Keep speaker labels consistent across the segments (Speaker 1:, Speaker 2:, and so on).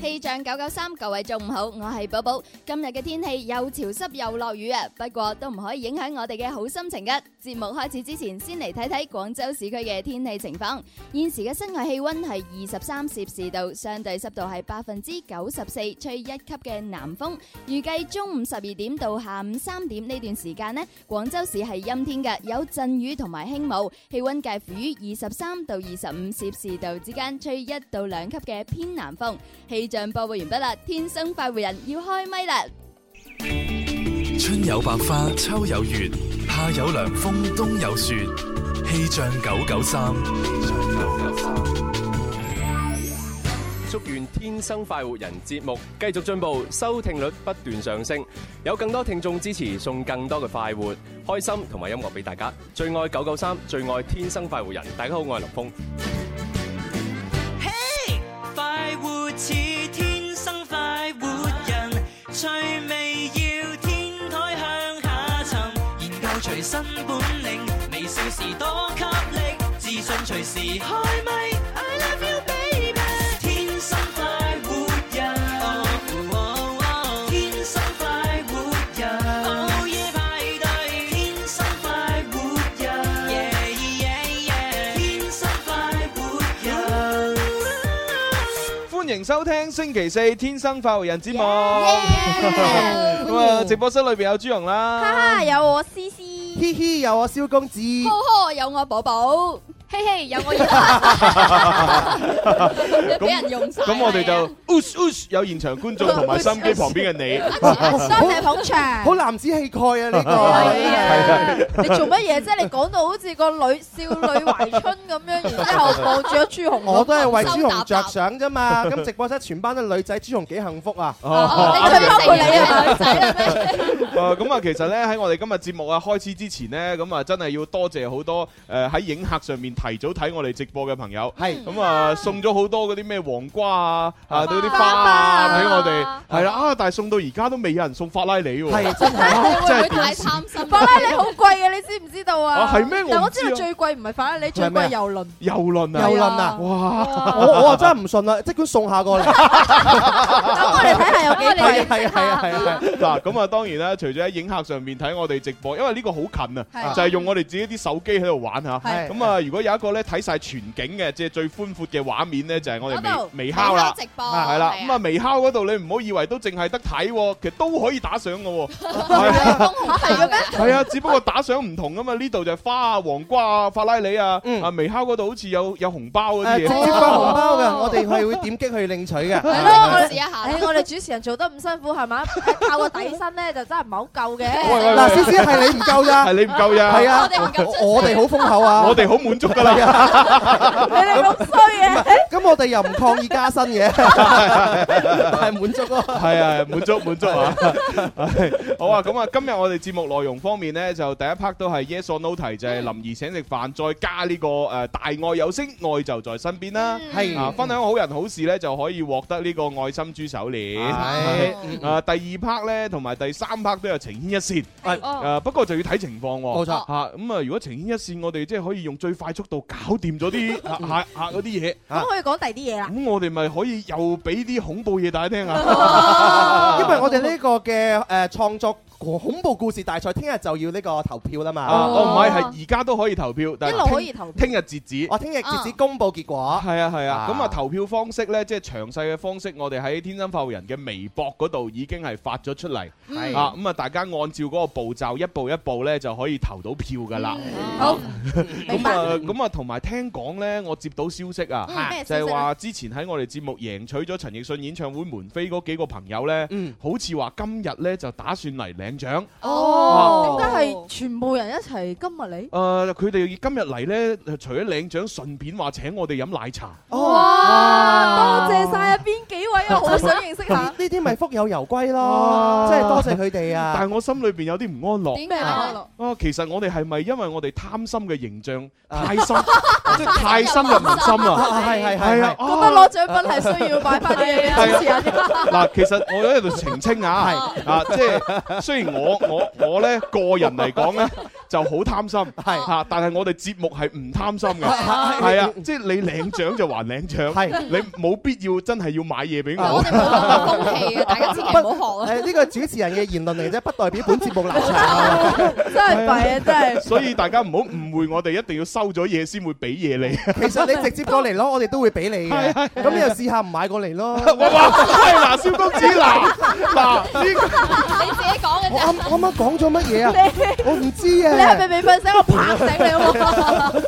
Speaker 1: 氣象九九三，各位中午好，我係寶寶。今日嘅天氣又潮濕又落雨啊，不過都唔可以影響我哋嘅好心情㗎。節目開始之前，先嚟睇睇廣州市區嘅天氣情況。現時嘅室外氣溫係二十三攝氏度，相對濕度係百分之九十四，吹一級嘅南風。預計中午十二點到下午三點呢段時間呢，廣州市係陰天嘅，有陣雨同埋輕霧，氣溫介乎於二十三到二十五攝氏度之間，吹一到兩級嘅偏南風。氣象播報完畢啦，天生快活人要開咪啦！
Speaker 2: 春有百花，秋有月，夏有涼風，冬有雪。氣象九九三，
Speaker 3: 祝願《天生快活人》節目繼續進步，收聽率不斷上升，有更多聽眾支持，送更多嘅快活、開心同埋音樂俾大家。最愛九九三，最愛《天生快活人》。大家好，我係林峰。
Speaker 4: 快活似天生快活人，趣味要天台向下沉，研究隨身本領，微笑時多給力，自信隨時開咪。I love you baby，天生快活人，哦哦天生快活人，午夜派對，天生快活人，yeah yeah yeah，天生快活人。
Speaker 5: 欢迎收听星期四《天生快活人》節目。
Speaker 6: Yeah！
Speaker 5: 咁啊，直播室裏边有朱容啦，
Speaker 1: 哈，有我思思，
Speaker 6: 嘻嘻，有我蕭公子。
Speaker 1: 呵呵，有我寶寶，嘿嘿，有我
Speaker 5: 啊咁
Speaker 1: 俾人用晒
Speaker 5: 咁我哋就 ush ush 有現場觀眾同埋心機旁邊嘅你，
Speaker 7: 多謝捧場。
Speaker 6: 好男子氣概啊！呢
Speaker 7: 係
Speaker 6: 個
Speaker 7: 啊，你做乜嘢啫？你講到好似個女少女懷春咁樣，然之後望住咗朱紅，
Speaker 6: 我都係為朱紅着想啫嘛。咁直播室全班都女仔，朱紅幾幸福啊！
Speaker 5: 哦
Speaker 7: 你最包括你啊，女仔
Speaker 5: 啊咁啊，其實咧喺我哋今日節目啊開始之前呢，咁啊真係要多謝好多誒喺影客上面提早睇我哋直播嘅朋友，
Speaker 6: 係
Speaker 5: 咁啊送咗好多嗰啲咩黃瓜啊啊嗰啲花
Speaker 7: 花
Speaker 5: 啊俾我
Speaker 7: 啊
Speaker 5: 哋，係啦啊，但係送到而家都未有人送法拉利喎，
Speaker 6: 係真係
Speaker 5: 真係
Speaker 1: 會唔會太
Speaker 5: 點算？
Speaker 1: 貪心？
Speaker 7: 法拉利好貴嘅，你知唔知道啊？
Speaker 5: 啊係咩我唔知啊
Speaker 7: 但我知道最貴唔係法拉利，最貴係郵輪。
Speaker 5: 遊輪啊
Speaker 6: 郵！輪啊！
Speaker 5: 哇！
Speaker 6: 我我啊真係唔信啦，即管送下過嚟。
Speaker 7: 咁我哋睇下有幾
Speaker 6: 係啊
Speaker 7: 貴。
Speaker 6: 係啊係啊係啊！
Speaker 5: 嗱，咁啊，當然啦，除咗喺影客上面睇我哋直播，因為呢個好近啊，
Speaker 7: 係
Speaker 5: 就係用我哋自己啲手機喺度玩吓。
Speaker 7: 係
Speaker 5: 咁啊，如果有一個咧睇晒全景嘅，即係最寬闊嘅畫面咧，就係我
Speaker 7: 嗰
Speaker 5: 哋
Speaker 7: 度
Speaker 5: 微微烤啦。
Speaker 1: 直播
Speaker 5: 係啦，
Speaker 1: 係
Speaker 5: 咁啊微烤嗰度你唔好以為都淨係得睇喎，其實都可以打賞 嘅喎。係啊
Speaker 7: 嚇係嘅咩？
Speaker 5: 係啊，只不過打賞唔同啊嘛，呢度就係花啊、黃瓜啊、法拉利啊，
Speaker 6: 嗯
Speaker 5: 啊微烤嗰度好似有有紅包嗰
Speaker 6: 誒
Speaker 5: 啲
Speaker 6: 直
Speaker 5: 嘢。哦啊
Speaker 6: 接發紅包嘅，我哋係會點擊去領取嘅。
Speaker 7: 係咯，我哋
Speaker 1: 試一下
Speaker 7: 唉我哋主持人做得咁辛苦係嘛？靠個底薪咧就真係唔係好夠
Speaker 5: 喂
Speaker 7: 嘅。
Speaker 5: 喂
Speaker 6: 嗱，
Speaker 5: 喂，
Speaker 6: 思思係你唔夠
Speaker 5: 係
Speaker 6: 㗎，
Speaker 5: 你唔夠呀？
Speaker 6: 係啊
Speaker 1: 我哋唔夠，
Speaker 6: 我我哋好豐厚啊！
Speaker 5: 我哋好滿足㗎啦。
Speaker 7: 你哋咁衰嘅。
Speaker 6: 咁我哋又唔抗議加薪嘅，啊 係滿足咯。
Speaker 5: 係啊，滿足滿足啊！係好啊，咁啊，今日我哋節目內容方面呢，就第一 part 都係 Yes or No 題，就係
Speaker 6: 嗯
Speaker 5: 林兒請食飯，再加呢個誒大愛有聲，愛就在身邊啦。
Speaker 6: 係
Speaker 5: 啊，分享好人好事呢，就可以獲得呢個愛心珠手鏈。
Speaker 6: 係嗯
Speaker 5: 啊，第二 part 呢，同埋第三 part 都有情牽一線。
Speaker 6: 係
Speaker 5: 誒，不過就要睇情況
Speaker 6: 冇錯。
Speaker 5: 喎。嚇咁啊！如果情牽一線，我哋即係可以用最快速度搞掂咗啲嚇嚇嚇嗰啲嘢，
Speaker 7: 咁可以講第二啲嘢啦。
Speaker 5: 咁我哋咪可以又俾啲恐怖嘢大家聽啊下。
Speaker 6: 因為我哋呢個嘅誒創作恐怖故事大賽，聽日就要呢個投票啦
Speaker 5: 啊，
Speaker 6: 嘛。
Speaker 5: 哦唔係，係而家都可以投票，但
Speaker 7: 一路可
Speaker 5: 係
Speaker 7: 以投票。
Speaker 5: 聽聽日截止。
Speaker 6: 我哦聽日截止公佈結果。
Speaker 7: 嗯
Speaker 5: 係啊係啊，
Speaker 6: 啊
Speaker 5: 咁啊投票方式呢，即係詳細嘅方式，我哋喺天生發育人嘅微博嗰度已經係發咗出嚟
Speaker 6: 係
Speaker 5: 啊，咁啊大家按照嗰個步驟一步一步呢，就可以投到票㗎啦。
Speaker 7: 好，嗯明
Speaker 5: 咁
Speaker 7: 白。
Speaker 5: 啊咁啊，同埋聽講呢，我接到消息
Speaker 7: 嗯
Speaker 5: 啊
Speaker 7: 咩，
Speaker 5: 就
Speaker 7: 消
Speaker 5: 係
Speaker 7: 息啊
Speaker 5: 話之前喺我哋節目贏取咗陳奕迅演唱會門飛嗰幾個朋友呢，
Speaker 6: 嗯，
Speaker 5: 好似話今日呢，就打算嚟領獎。啊
Speaker 7: 哦，點解係全部人一齊今日嚟？
Speaker 5: 呃誒，佢哋今日嚟呢，除咗領獎，順便話請我哋飲奶茶。
Speaker 6: 哦，
Speaker 7: 哇！多謝晒啊，邊幾位 啊？好想認識下
Speaker 6: 呢。啲咪福有攸歸咯
Speaker 5: 哇，
Speaker 6: 真係多謝佢哋啊！
Speaker 5: 但係我心裏邊有啲唔安樂。
Speaker 1: 點
Speaker 7: 咩
Speaker 1: 解
Speaker 7: 啊
Speaker 1: 咧？？
Speaker 5: 啊，其實我哋係咪因為我哋貪心嘅 形象
Speaker 6: 啊
Speaker 5: 太深，即係太深入民心啦？
Speaker 6: 啊 係係
Speaker 5: 係
Speaker 6: 係
Speaker 5: 啊
Speaker 6: 係，，
Speaker 7: 覺
Speaker 5: 啊
Speaker 7: 得攞獎品係需要擺翻啲嘢嘅支持下啲。
Speaker 5: 嗱，其實我喺度澄清啊，啊，即係雖然我我我咧個人嚟講咧就好貪心，
Speaker 6: 係
Speaker 5: 嚇，但係我哋節目係唔貪心 嘅，
Speaker 6: 啊
Speaker 5: 係啊，即係你領獎就還領獎，
Speaker 6: 係。
Speaker 5: 你冇必要真係要買嘢俾
Speaker 1: 我
Speaker 5: 我
Speaker 1: 哋。冇咁嘅風氣嘅，大家千祈唔好學啊！
Speaker 6: 誒呢個主持人嘅言論嚟啫，不代表本節目立場。
Speaker 7: 真係
Speaker 5: à.
Speaker 7: 弊啊！真係。
Speaker 5: 所以大家唔好誤會，我哋一定要收咗嘢先會俾嘢你。
Speaker 6: 其實你直接過嚟攞，我哋都會俾你嘅。咁你又試下唔買過嚟咯。
Speaker 5: 哇哇！係嗱，蕭公子嗱嗱呢
Speaker 1: 你自己講嘅
Speaker 6: 我
Speaker 1: 啫。
Speaker 6: 啱我啱啱講咗乜嘢啊？我唔知
Speaker 7: 你係咪
Speaker 6: 啊。
Speaker 7: 未瞓醒？我拍醒你好冇？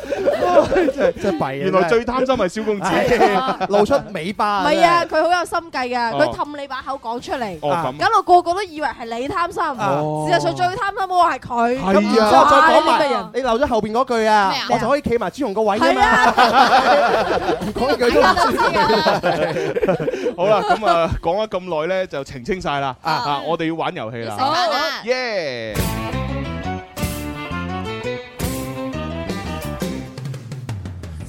Speaker 6: 真係弊啊！
Speaker 5: 原來最貪心係蕭公子。
Speaker 6: 露出尾巴。
Speaker 7: 唔係啊，，佢好有心計㗎，
Speaker 5: 哦
Speaker 7: 佢氹你把口講出嚟，
Speaker 5: 哦咁。
Speaker 7: 搞到個個都以為係你貪心，
Speaker 6: 哦
Speaker 7: 事實上最貪心嗰個係
Speaker 5: 係
Speaker 7: 佢。
Speaker 6: 咁
Speaker 5: 啊
Speaker 6: 然之後再講
Speaker 7: 哇呢啲
Speaker 6: 埋
Speaker 7: 人，
Speaker 6: 你留咗後邊嗰句啊
Speaker 1: 咩啊，
Speaker 6: 我就可以企埋朱紅個位啊
Speaker 7: 係啊
Speaker 6: 嘛。 唔啊講呢句都唔知。
Speaker 7: 啊
Speaker 5: 好啦，咁啊，講咗咁耐咧，就澄清晒啦。
Speaker 6: 啊
Speaker 5: 啊，我哋要玩遊戲
Speaker 1: 要食
Speaker 5: 啦，
Speaker 1: 飯啊！
Speaker 5: 耶！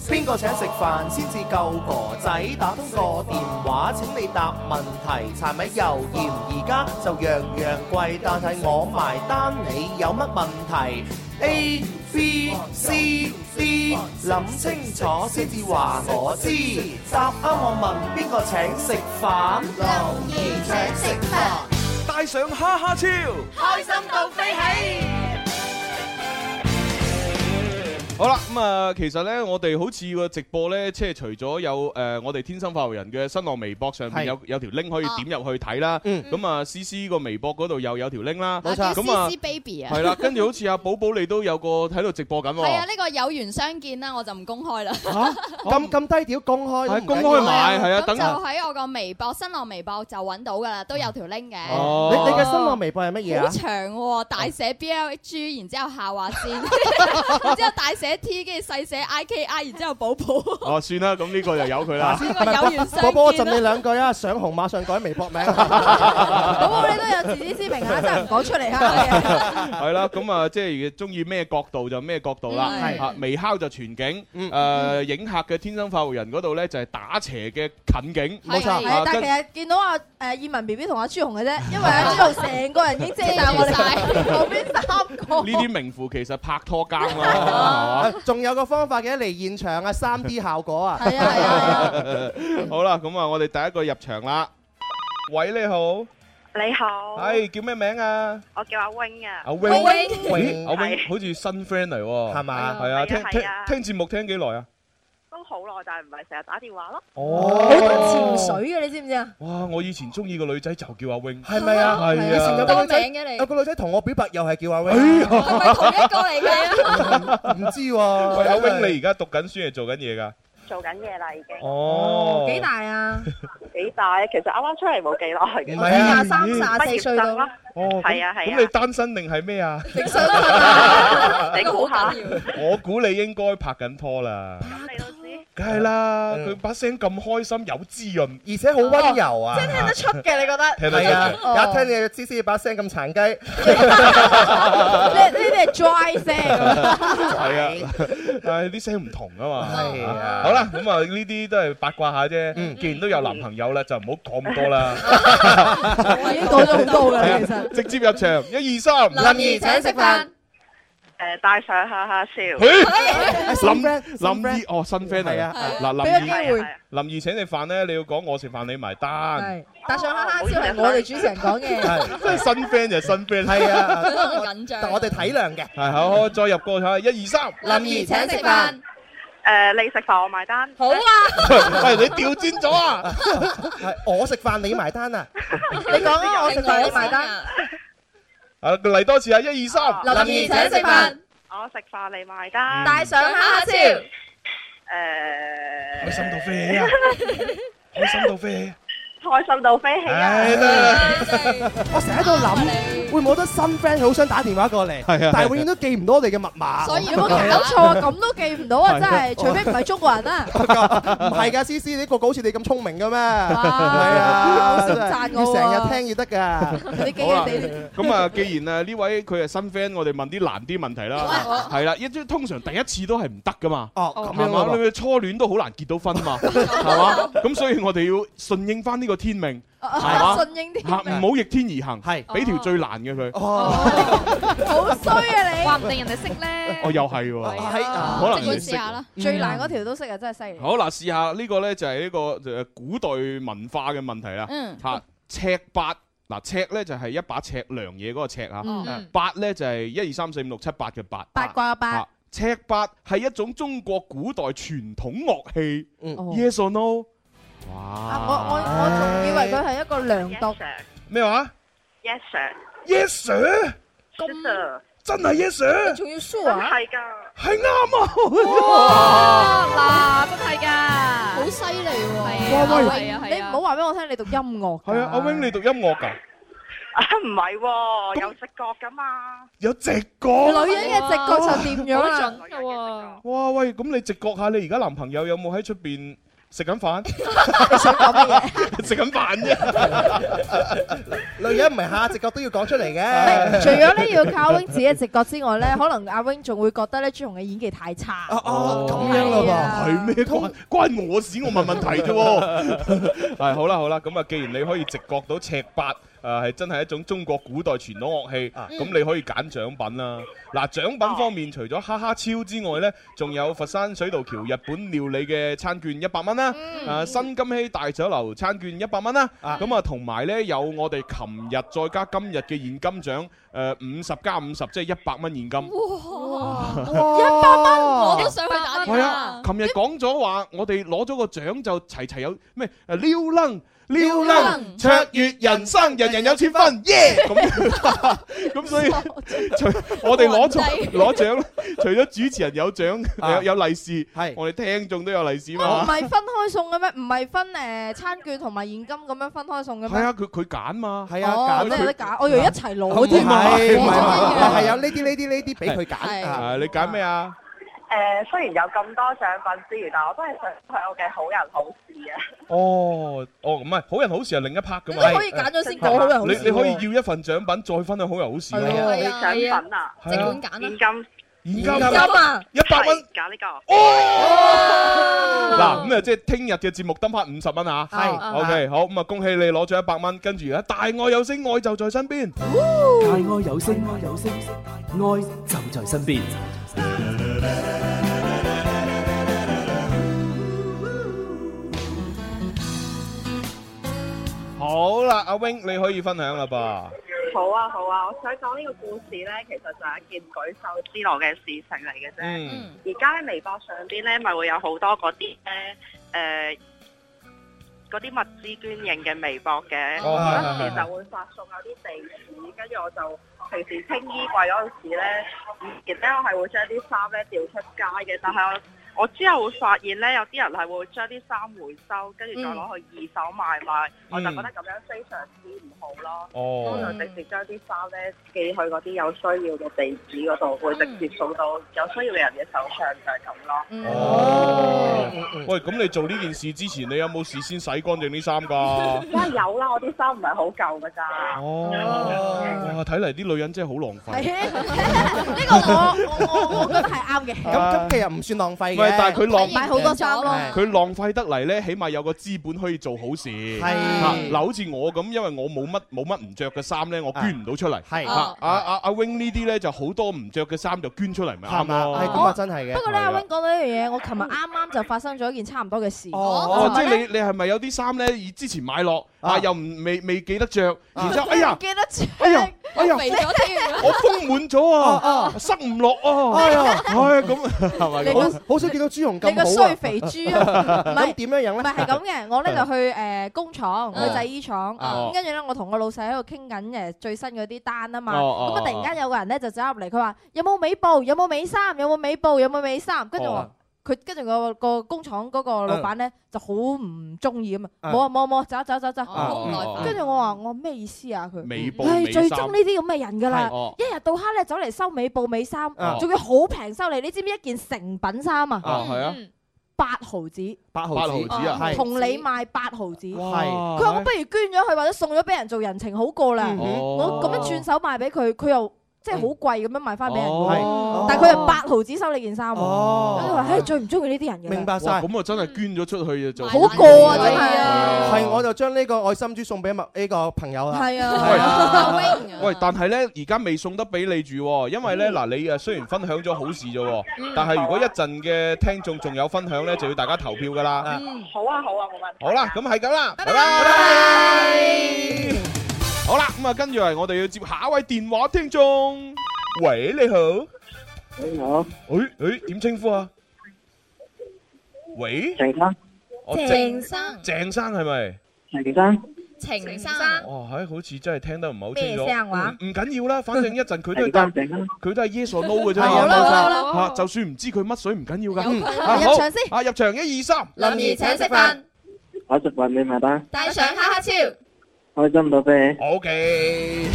Speaker 6: 邊個請食飯先至夠婆仔？打通個電話請你答問題，柴米油鹽而家就樣樣貴，但係我埋單，你有乜問題？A B C D，諗清楚先至話我知。答啱我問邊個請食飯？留言請食飯。
Speaker 8: 帶上哈哈超，
Speaker 5: 好啦，咁啊，其實咧，我哋好似個直播咧，即係除咗有誒我哋天生發育人嘅新浪微博上邊
Speaker 6: 係
Speaker 5: 有有條 link 可以點入去睇啦。
Speaker 6: 嗯
Speaker 5: 咁啊，C C 個微博嗰度又有條 link 啦。
Speaker 6: 冇錯
Speaker 1: 啊叫
Speaker 5: 咁啊
Speaker 1: CC Baby 啊，
Speaker 5: 係啦， 跟住好似阿寶寶你都有個喺度直播緊
Speaker 1: 係啊，
Speaker 5: 喎。
Speaker 1: 呢個有緣相見啦，我就唔公 開啦。
Speaker 6: 咁咁低調公開，
Speaker 5: 係公開埋，啊係啊，
Speaker 1: 咁
Speaker 5: 等
Speaker 1: 就喺我個微博、新浪微博就揾到噶啦，都有條 link 嘅。
Speaker 5: 哦
Speaker 6: 你你嘅新浪微博係乜嘢
Speaker 1: 好
Speaker 6: 啊？
Speaker 1: 長喎，大寫 B L G，然之後下劃線，然之後大寫 T，跟住細寫 I K I，然之後寶寶呢
Speaker 5: 哦，算啦，咁呢個就由佢啦。
Speaker 1: 個有緣
Speaker 6: 波
Speaker 1: 相
Speaker 6: 波，我贈你
Speaker 1: 見啦。
Speaker 6: 兩句啊！想紅馬上改微博名。
Speaker 7: 寶寶你都有自知之明啊，真係唔講出嚟 啊！
Speaker 5: 係啦，咁啊，即係中意咩角度就咩角度啦。
Speaker 1: 嗯
Speaker 6: 係
Speaker 5: 啊，微烤就全景，
Speaker 6: 嗯
Speaker 5: 誒影客嘅天生發育人嗰度咧就係打斜嘅近景，
Speaker 1: 冇錯
Speaker 7: 係，但
Speaker 5: 跟
Speaker 7: 係其實見到阿誒葉文 B B 同阿朱紅嘅啫，因為阿朱紅成個人已經 遮晒我哋後邊三個。
Speaker 5: 呢啲名副其實拍拖更啦，係嘛
Speaker 6: 啊仲有個方法嘅，嚟現場啊，三 D 效果啊！
Speaker 7: 係啊係啊係啊！
Speaker 5: 好啦，咁啊，我哋第一個入場啦。喂，你好，
Speaker 9: 你好，
Speaker 5: 係叫咩名啊？
Speaker 9: 我叫阿 wing 啊，
Speaker 5: 阿 wing，
Speaker 6: Wing
Speaker 5: 阿 wing 好似新 friend 嚟喎，
Speaker 6: 係嘛
Speaker 5: 係啊，
Speaker 9: 係啊
Speaker 5: 聽聽
Speaker 9: 係啊
Speaker 5: 聽節目聽幾耐啊？
Speaker 9: 都好耐，但係唔係成日打電話咯。
Speaker 6: 哦
Speaker 7: 好多潛水嘅，你知唔知啊？
Speaker 5: 哇！我以前中意個女仔就叫阿 wing，
Speaker 6: 係咪啊？
Speaker 5: 係啊
Speaker 6: 以前有個
Speaker 7: 多
Speaker 6: 女
Speaker 7: 名
Speaker 6: 仔，
Speaker 7: 嘅你
Speaker 6: 有。個女仔同我表白又係叫阿 Wing，
Speaker 1: 係咪同一個嚟嘅？
Speaker 6: 唔知喎。
Speaker 5: 喂，阿 wing 你而家讀緊書定做緊嘢㗎？
Speaker 9: 做緊嘢啦，已經
Speaker 5: 哦
Speaker 7: 幾大啊？
Speaker 9: 幾大咧？其實啱啱出嚟冇幾
Speaker 6: 唔
Speaker 9: 耐嘅，
Speaker 6: 係啊
Speaker 7: 廿三、廿四
Speaker 9: 畢
Speaker 7: 歲
Speaker 9: 業生
Speaker 7: 到
Speaker 9: 咯，。
Speaker 5: 哦，
Speaker 9: 係啊
Speaker 5: 咁
Speaker 9: 係啊
Speaker 5: 咁你單身定係咩啊？
Speaker 7: 定 想啊？
Speaker 9: 你 估下，
Speaker 5: 我估你應該拍緊拖啦，
Speaker 9: 咁你都知。
Speaker 5: 梗係啦，
Speaker 6: 嗯
Speaker 5: 佢把聲咁開心，有滋潤，
Speaker 6: 而 且好温柔啊！
Speaker 7: 聽得出嘅，你覺得？
Speaker 5: 聽得
Speaker 6: 係啊
Speaker 5: 出，
Speaker 7: 哦
Speaker 6: 一聽你知知把聲咁殘雞，
Speaker 7: 呢呢啲係 dry 聲。
Speaker 5: 係啊，但係啲聲唔同啊嘛。
Speaker 6: 係啊
Speaker 5: 好啦，咁啊呢啲都係八卦下啫。既然都有男朋友啦，就唔好講咁多啦。
Speaker 7: 我已經講咗好多㗎啦，其實。
Speaker 5: 直接入場，一二三，
Speaker 7: 林兒請 食飯，
Speaker 9: 誒，帶上哈哈笑，
Speaker 6: 哎新
Speaker 5: 林
Speaker 6: friend，新
Speaker 5: 林
Speaker 6: friend
Speaker 5: 怡哦新 friend 嚟
Speaker 6: 係
Speaker 5: 啊
Speaker 6: 啊！
Speaker 5: 嗱
Speaker 7: 俾個
Speaker 5: 林
Speaker 7: 機
Speaker 5: 怡
Speaker 7: 會。
Speaker 5: 林怡請你飯咧，你要講我食飯你埋單，
Speaker 7: 係，但上哈哈超係我哋主持人講嘅。
Speaker 6: 係
Speaker 5: 真係新 friend 就係新 friend。
Speaker 6: 係啊，
Speaker 1: 好緊張。
Speaker 6: 但我哋體諒嘅。
Speaker 5: 係好好再入過下，一二三。
Speaker 7: 林兒請食 飯，
Speaker 9: 誒，你食飯我埋單，
Speaker 1: 好啊！
Speaker 5: 喂，你調轉咗啊！
Speaker 6: 係我食飯你埋單啊！
Speaker 7: 你講啊，我食飯你埋單。
Speaker 5: 啊，嚟多次啊！一二三，
Speaker 9: 林
Speaker 7: 林兒請食飯，
Speaker 9: 我食飯你埋單，
Speaker 7: 帶上哈哈超。
Speaker 5: 開
Speaker 9: 誒，
Speaker 5: 心到飛起啊！開心到飛起啊！
Speaker 9: 開心到飛起啊！
Speaker 5: 唉，得啦
Speaker 6: 我成日喺度諗，會唔會好多新 friend 好想打電話過嚟，
Speaker 5: 係啊
Speaker 6: 但係永遠都記唔到我哋嘅密碼。
Speaker 1: 所以
Speaker 7: 有冇搞錯啊？咁都記唔到啊！真係，除非唔係中國人啦。
Speaker 6: 唔係㗎，C C，你個個好似你咁聰明嘅咩？係
Speaker 7: 哇，
Speaker 6: 啊，
Speaker 7: 好少
Speaker 6: 真
Speaker 7: 讚
Speaker 6: 係要
Speaker 7: 我喎
Speaker 6: 成日聽要得㗎。
Speaker 7: 你記
Speaker 5: 好啦
Speaker 7: 啊你，
Speaker 5: 咁啊，既然啊呢位佢係新 friend，我哋問啲難啲問題啦，係啦，一即通常第一次都係唔得噶嘛。
Speaker 6: 哦，咁
Speaker 5: 係
Speaker 6: 樣啊
Speaker 5: 嘛？你初戀都好難結到婚嘛，係嘛？咁所以我哋要順應翻呢個天命係嘛
Speaker 7: 順應
Speaker 5: 嚇，唔
Speaker 7: 啲，
Speaker 5: 好逆天而行，
Speaker 6: 係
Speaker 5: 俾條最難嘅佢。
Speaker 6: 哦，
Speaker 7: 好衰啊你！
Speaker 10: 話唔定人哋識咧。
Speaker 5: 哦，又係喎。
Speaker 6: 係
Speaker 7: Ờ.
Speaker 6: 啊
Speaker 5: 可能
Speaker 1: 即管試下啦。
Speaker 5: Ừ.
Speaker 7: 最難嗰條都識啊，真係犀利。
Speaker 5: 好嗱，試下呢個咧就係呢個誒古代文化嘅問題啦。
Speaker 1: 嗯，
Speaker 5: 嚇，尺八嗱尺咧就係一把尺量嘢嗰個尺嚇，
Speaker 7: 嗯
Speaker 5: 誒八咧就係一二三四五六七八嘅八。
Speaker 7: 八卦八
Speaker 5: 啊，尺八係一種中國古代傳統樂器。
Speaker 6: 嗯
Speaker 5: Yes or no？
Speaker 7: 哦啊！我我
Speaker 5: 哇！
Speaker 7: 我仲以為佢係一個良
Speaker 9: Yes
Speaker 7: 毒，
Speaker 9: sir，Yes
Speaker 5: 咩話？
Speaker 9: sir，
Speaker 5: Yes sir，
Speaker 9: 咁 sir，
Speaker 5: 真係 Yes sir，
Speaker 7: 仲要輸
Speaker 9: 真
Speaker 7: 啊！
Speaker 9: 係㗎。
Speaker 5: 係啱
Speaker 10: 哇！嗱，真係㗎，
Speaker 1: 好犀利喎！
Speaker 10: 係啊，
Speaker 7: 哇喂
Speaker 10: 係啊，係啊
Speaker 7: 你唔好話俾我聽你讀音樂㗎。
Speaker 5: 係啊，阿 wing 你讀音樂㗎，
Speaker 9: 啊，唔係喎，有直覺噶嘛？
Speaker 5: 有直
Speaker 7: 女
Speaker 5: 覺。
Speaker 7: 人嘅直覺就點樣啊
Speaker 10: 好
Speaker 7: 啦？
Speaker 10: 準㗎喎。
Speaker 5: 哇喂，咁你直覺下你而家男朋友有冇喺出邊食緊 飯？食緊飯啫。
Speaker 6: 女人唔係下直覺都要講出嚟 嘅。
Speaker 7: 唔係除咗咧要靠 wing 自己嘅直覺之外咧，可能阿 wing 仲會覺得咧朱紅嘅演技太差。
Speaker 5: ờ,
Speaker 6: 哦哦，咁樣
Speaker 7: 係
Speaker 6: 咯
Speaker 7: 啊
Speaker 5: 係咩關關我事？我問問題啫喎。 係好啦好啦，咁啊，既然你可以直覺到尺八。誒係真係一種中國古代傳統樂器，
Speaker 6: 啊哦
Speaker 5: 咁你可以揀獎品啦。嗱，獎品方面除咗哈哈超之外呢，仲有佛山水道橋日本料理嘅餐券一百蚊啦，誒新金禧大酒樓餐券一百蚊啦，
Speaker 6: 嗯啊
Speaker 5: 咁啊同埋呢，有我哋琴日再加今日嘅現金獎，呃誒五十加五十即係一百蚊現金。
Speaker 1: 哇，
Speaker 6: 噃，一百蚊
Speaker 1: 我都想去打
Speaker 5: 係
Speaker 1: 電
Speaker 5: 啊
Speaker 1: 話，。
Speaker 5: 琴日講咗話，我哋攞咗個獎就齊齊有咩誒撩楞。撩楞卓越人生，人人有錢分，耶！咁 樣咁所以，除我哋攞咗
Speaker 1: 暈低
Speaker 5: 攞獎，除咗主持人有獎
Speaker 6: 啊
Speaker 5: 有有利是，
Speaker 6: 係
Speaker 5: 我哋聽眾都有利是
Speaker 7: 唔
Speaker 5: 嘛。
Speaker 7: 係分開送嘅咩？唔係分誒餐券同埋現金咁樣分開送嘅
Speaker 5: 係
Speaker 7: 咩？
Speaker 5: 啊，佢佢揀嘛。
Speaker 6: 係啊，
Speaker 7: 哦，
Speaker 6: 揀
Speaker 7: 真係有得揀，我以為一齊攞
Speaker 6: 好
Speaker 7: 添
Speaker 6: 啲
Speaker 7: 啊！
Speaker 6: 係，唔係
Speaker 1: 係啊
Speaker 6: 係有呢啲呢啲呢啲俾佢
Speaker 1: 係
Speaker 6: 揀啊。
Speaker 5: 啊，你揀咩啊？
Speaker 9: 誒，雖然有咁多獎品之餘，但我都係想向我嘅好人好事啊！
Speaker 5: 哦，哦，唔係好人好事係另一 part 噶
Speaker 7: 你
Speaker 5: 嘛
Speaker 7: 都。可以揀咗先講好人好
Speaker 5: 你
Speaker 7: 事
Speaker 5: 你可以
Speaker 7: 喎。
Speaker 5: 要一份獎品，再分享好人好事咯。
Speaker 7: 係啊
Speaker 1: 係啊，係啊
Speaker 9: 獎品啊，
Speaker 5: 係
Speaker 1: 即
Speaker 5: 啊
Speaker 1: 管
Speaker 9: 現
Speaker 1: 揀啦。
Speaker 9: 金
Speaker 6: 現
Speaker 5: 現
Speaker 6: 金
Speaker 5: 金
Speaker 7: 啱啊！
Speaker 5: 一百蚊。
Speaker 9: 係揀呢個。
Speaker 5: 嗱，咁啊，即係聽日嘅節目得翻五十蚊啊！
Speaker 6: 係
Speaker 5: ，OK，好，咁啊，恭喜你攞咗一百蚊，跟住而家大愛有聲，愛就在身邊。
Speaker 11: 大愛有聲，愛有聲，愛就在身邊。
Speaker 5: 好啦，阿 wing，你可以分享啦噃。
Speaker 9: 好啊好啊，我想講呢個故事咧，其實就係一件舉手之勞嘅事情嚟嘅啫。
Speaker 5: 嗯，
Speaker 9: 而家咧微博上邊咧，咪會有好多嗰啲咧誒嗰啲物資捐認嘅微博嘅，
Speaker 5: 哦係
Speaker 9: 嗰
Speaker 5: 係
Speaker 9: 時
Speaker 5: 係
Speaker 9: 就會發送有啲地址，跟住我就平時清衣櫃嗰陣時咧，以前咧我係會將啲衫咧掉出街嘅，但係我。我之後會發現咧，有啲人係會將啲衫回收，跟住再攞去二手賣賣，
Speaker 5: 嗯
Speaker 9: 我就覺得咁樣非常之唔好咯。我
Speaker 5: 哦，
Speaker 9: 就直接將啲衫咧寄去嗰啲有需要嘅地址嗰度，會直接送到有需要嘅人嘅手上，就係咁咯。
Speaker 5: 哦，喂，咁你做呢件事之前，你有冇事先洗乾淨啲衫噶？
Speaker 9: 梗係有啦，我啲衫唔係好舊㗎咋。
Speaker 5: 哦，哇，睇嚟啲女人真係好浪費。
Speaker 7: 係啊呢個我我我我覺得係啱嘅。
Speaker 6: 咁
Speaker 5: Ờ.
Speaker 6: 咁其實唔算浪費
Speaker 5: 喂，
Speaker 6: 嘅。
Speaker 5: 但啊係佢浪
Speaker 7: 買好多衫咯
Speaker 6: 係
Speaker 5: 佢浪費得嚟咧，起碼有個資本可以做好事。啊
Speaker 6: 係
Speaker 5: 嗱，好似我咁，因為我冇乜冇乜唔着嘅衫咧，我捐唔到出嚟。
Speaker 6: 係哦
Speaker 5: 啊
Speaker 1: 啊
Speaker 5: 啊阿 wing 呢啲咧就好多唔着嘅衫就捐出嚟，咪
Speaker 6: 係
Speaker 5: 啱
Speaker 6: 嘛？係
Speaker 5: 咯。
Speaker 6: 咁啊，真係
Speaker 7: 不
Speaker 6: 嘅。
Speaker 7: 過咧，
Speaker 5: 係
Speaker 7: 阿
Speaker 5: 啦
Speaker 7: wing 講到一樣嘢，我琴日啱啱就發生咗一件差唔多嘅事。
Speaker 5: 哦
Speaker 6: 哦，
Speaker 5: 即係你你係咪有啲衫咧？以之前買落啊，
Speaker 6: 啊
Speaker 5: 又唔未未記得着，
Speaker 6: 啊
Speaker 5: 然之後哎呀
Speaker 7: 唔，記得咗
Speaker 5: 哎呀，哎呀，
Speaker 1: 肥咗添，
Speaker 5: 我豐滿咗啊，塞唔落啊，
Speaker 6: 哎呀，
Speaker 5: 唉咁係咪
Speaker 7: 你
Speaker 5: 咁？
Speaker 6: 好好少見到朱紅
Speaker 7: 你個
Speaker 6: 咁好
Speaker 7: 衰
Speaker 6: 啊！
Speaker 7: 肥豬啊！唔係
Speaker 6: 咁。點樣樣
Speaker 7: 唔
Speaker 6: 咧？
Speaker 7: 係係 咁嘅，我咧就去誒工廠，去
Speaker 5: 哦
Speaker 7: 製衣廠，
Speaker 5: 哦
Speaker 7: 咁跟住咧我同個老細喺度傾緊誒最新嗰啲單啊嘛，
Speaker 5: 哦哦
Speaker 7: 咁啊突然間有個人咧就走入嚟，佢話有冇尾部，有冇尾衫，有冇尾部，有冇尾衫，跟住我話
Speaker 5: 哦
Speaker 7: 佢跟住個個工廠嗰個老闆咧就好唔中意咁啊，
Speaker 5: 嗯
Speaker 7: 冇啊冇啊冇啊，走啊走啊走啊走啊，
Speaker 5: 哦好唔耐煩
Speaker 7: 跟住我話我咩意思啊佢？
Speaker 5: 尾部
Speaker 7: 唉
Speaker 5: 尾
Speaker 7: 最
Speaker 5: 衫
Speaker 7: 憎呢啲咁嘅人㗎啦
Speaker 5: 係哦，
Speaker 7: 一日到黑咧走嚟收尾部尾衫
Speaker 5: 啊，
Speaker 7: 仲要好平收你，你知唔知一件成品衫啊？
Speaker 5: 啊係啊嗯，
Speaker 7: 八毫子。哦
Speaker 5: 八毫
Speaker 6: 八毫子啊係
Speaker 7: 同你賣八毫子，佢
Speaker 6: 哇
Speaker 7: 話我不如捐咗佢或者送咗俾人做人情好過啦。
Speaker 6: 嗯
Speaker 5: 哦
Speaker 7: 我咁樣轉手賣俾佢，佢又即係好貴咁樣賣翻俾人，
Speaker 5: 哦
Speaker 7: 但係佢係八毫子收你件衫喎。
Speaker 5: 哦
Speaker 7: 跟住話：唉，最唔中意呢啲人嘅。
Speaker 5: 哇咁啊真係捐咗出去就
Speaker 7: 好過啊真係啊
Speaker 5: 係
Speaker 6: 係我就將呢個愛心豬送俾麥呢個朋友啦。
Speaker 7: 係啊
Speaker 5: 喂
Speaker 7: 阿
Speaker 5: 喂，但係咧，而家未送得俾你住喎，因為咧嗱，你誒雖然分享咗好事啫喎，但係如果一陣嘅聽眾仲有分享咧，就要大家投票噶啦。
Speaker 9: 好啊好啊，冇問題。
Speaker 5: 好啦，咁係咁啦，拜拜。好啦，咁啊，跟住嚟我哋要接下一位電話聽眾。喂，你好。
Speaker 12: 你好。
Speaker 5: 誒誒，點稱呼啊？喂。鄭
Speaker 12: 生。
Speaker 5: 哦，
Speaker 1: 鄭生
Speaker 5: 鄭生係咪？
Speaker 12: 鄭生。
Speaker 1: 情生，
Speaker 5: 哦，係，好似真係聽得唔係好清楚。
Speaker 1: 咩聲話
Speaker 5: 唔唔緊要啦，反正一陣佢都係答，佢都係 yes or no 嘅啫嘛。
Speaker 6: 係啊冇錯好啦
Speaker 5: 嚇就算唔知佢乜水唔緊要㗎。嗯
Speaker 6: 佢
Speaker 5: 啊
Speaker 6: 入
Speaker 5: 好
Speaker 6: 場先
Speaker 5: 啊，入場一二三。
Speaker 6: 林兒請食飯，
Speaker 12: 我食飯你埋單，
Speaker 1: 戴上哈哈超，
Speaker 12: 開心到飛。
Speaker 5: O K。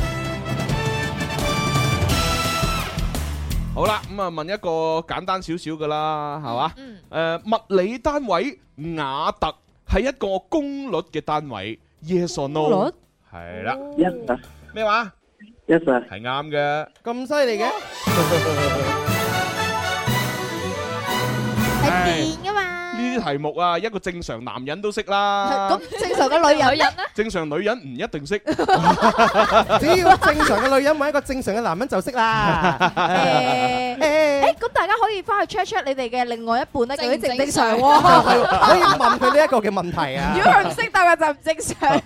Speaker 5: 好啦，咁啊問一個簡單少少㗎啦，係嘛？誒物理單位瓦特係一個功率嘅單位，yes or no？
Speaker 6: 功率
Speaker 5: 係啦。
Speaker 12: Yes
Speaker 5: 咩話
Speaker 12: ？Yes sir。
Speaker 5: 係啱嘅。
Speaker 6: 咁犀利嘅？
Speaker 5: 係電噶嘛？呢啲題目啊，一個正常男人都識啦。
Speaker 7: 咁正常嘅女人咧，
Speaker 5: 正常女人唔一定 識。
Speaker 6: 只要正常嘅女人揾一個正常嘅男人就識啦。
Speaker 7: 誒誒，咁大家可以翻去 check check 你哋嘅另外一半咧，究竟正唔正常
Speaker 6: 係喎可以
Speaker 7: 喎？
Speaker 6: 問佢呢一個嘅問 題啊
Speaker 7: 如。果佢唔識答嘅就唔正常。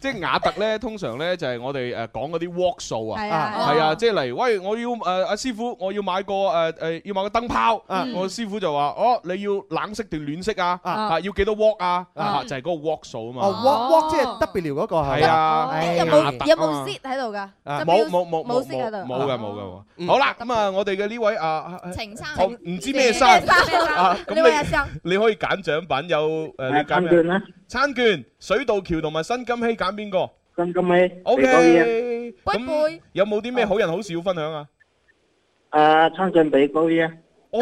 Speaker 5: 即係雅特咧，通常咧就係我哋誒講嗰啲 walk 數啊，
Speaker 7: 係啊
Speaker 5: 係啊，即係例如喂，我要誒阿師傅，我要買個誒誒要買個燈泡，
Speaker 6: 嗯
Speaker 5: 我師傅就話哦，你要冷色定暖色啊？
Speaker 6: 啊
Speaker 5: 啊，要幾多 walk 啊？
Speaker 6: 啊
Speaker 5: 啊，就係嗰個 walk 數啊嘛。
Speaker 6: 哦，walk walk 即係 W 嗰個係
Speaker 5: 係啊
Speaker 6: 嘛
Speaker 5: 哦
Speaker 7: 有
Speaker 5: 雅特
Speaker 7: 冇
Speaker 5: 啊
Speaker 7: 有冇 sit 喺度㗎？
Speaker 5: 啊
Speaker 7: 就
Speaker 5: 冇
Speaker 7: 標
Speaker 5: 冇冇
Speaker 7: 冇
Speaker 5: 冇
Speaker 7: sit 喺度。
Speaker 5: 冇嘅冇嘅冇。好啦，咁啊，我哋嘅呢位啊啊，啊
Speaker 1: 情生，
Speaker 5: 我唔知咩生
Speaker 7: 咩生
Speaker 5: 啊，咁
Speaker 7: 呢位阿生
Speaker 5: 你你可以揀獎品有誒，你揀咩
Speaker 12: 餐券啦，
Speaker 5: 餐券、水道橋同埋新金禧揀邊個？
Speaker 12: 咁咁咪
Speaker 5: O
Speaker 12: 俾多啲啊
Speaker 5: K，咁有冇啲咩好人好事要分享啊？
Speaker 12: 啊，餐信俾高啲啊！
Speaker 5: 哦，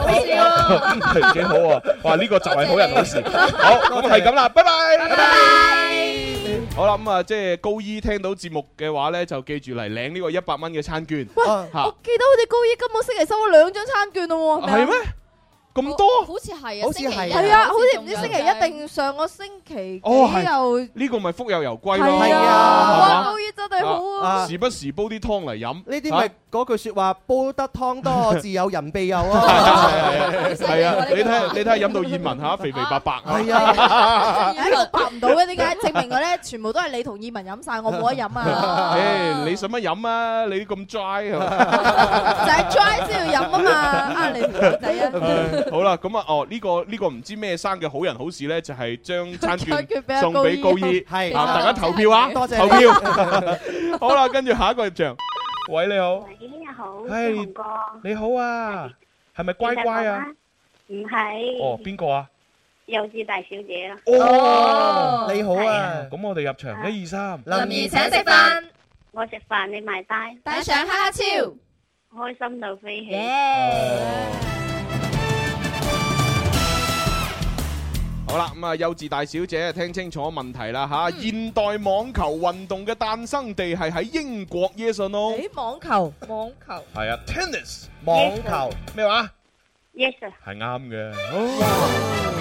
Speaker 5: 係幾好啊！ 哇，呢個就係好人好事。好，咁係咁啦，拜拜，拜拜。好啦，咁啊，即係高醫聽到節目嘅話咧，就記住嚟領呢個一百蚊嘅餐券。
Speaker 7: 喂
Speaker 5: 嚇
Speaker 7: 我記得好似高姨今個星期收咗兩張餐券咯喎，
Speaker 5: 啊係咩？咁多？
Speaker 1: 好似係
Speaker 7: 啊
Speaker 1: 星期一
Speaker 7: 係啊，好似唔知
Speaker 1: 仲有
Speaker 7: 星期一定上個星期幾
Speaker 5: 哦，係
Speaker 7: 又
Speaker 5: 呢個咪福有攸歸咯。
Speaker 7: 係啊，哇！高姨真係好
Speaker 5: 係
Speaker 7: 啊
Speaker 5: 嘛，時不時煲啲湯嚟飲。
Speaker 6: 呢啲咪嗰句説話，煲得湯多，自有人庇佑
Speaker 5: 係
Speaker 6: 啊！
Speaker 5: 係啊！你睇下，你睇下飲到燕 文嚇，肥肥白白。係啊
Speaker 7: 哎我拍唔到嘅，點解？證明 我咧全部都係你同葉文飲晒， 我冇得飲啊！
Speaker 5: 誒，你使乜飲啊？你咁 dry 係嘛？
Speaker 7: 就係 dry 先要飲啊 嘛，啊你條女仔
Speaker 5: 誒
Speaker 7: 啊！
Speaker 5: 好啦，咁啊，哦，呢個呢個唔知咩生嘅好人好事咧，就係將餐
Speaker 7: 餐券俾
Speaker 5: 券
Speaker 7: 阿
Speaker 5: 送俾高
Speaker 7: 高
Speaker 5: 醫
Speaker 7: 醫，
Speaker 6: 係
Speaker 5: 啊，大家投票 啊，
Speaker 6: 多謝
Speaker 5: 投票。好啦，跟住下一個入場，喂，你好，
Speaker 13: 喂，你好，
Speaker 5: 係
Speaker 13: 小紅哥，
Speaker 5: 你好啊，係咪乖乖啊？
Speaker 13: 唔係，
Speaker 5: 哦，邊個啊？
Speaker 13: 幼稚大小姐啊，
Speaker 5: 哦，
Speaker 6: 你好啊，
Speaker 5: 咁我哋入場，一二三，
Speaker 13: 怡請食飯，我食飯你埋單，
Speaker 1: 戴上哈哈超，
Speaker 13: 開心到飛起，
Speaker 5: 好啦，咁啊，幼稚大小姐聽清楚問題啦吓，現代網球運動嘅誕生地係喺英國，yes or no？
Speaker 7: 誒網球，網球
Speaker 5: 係啊，tennis
Speaker 6: 網球
Speaker 5: 咩話？
Speaker 13: ，yes sir，
Speaker 5: 係啱嘅。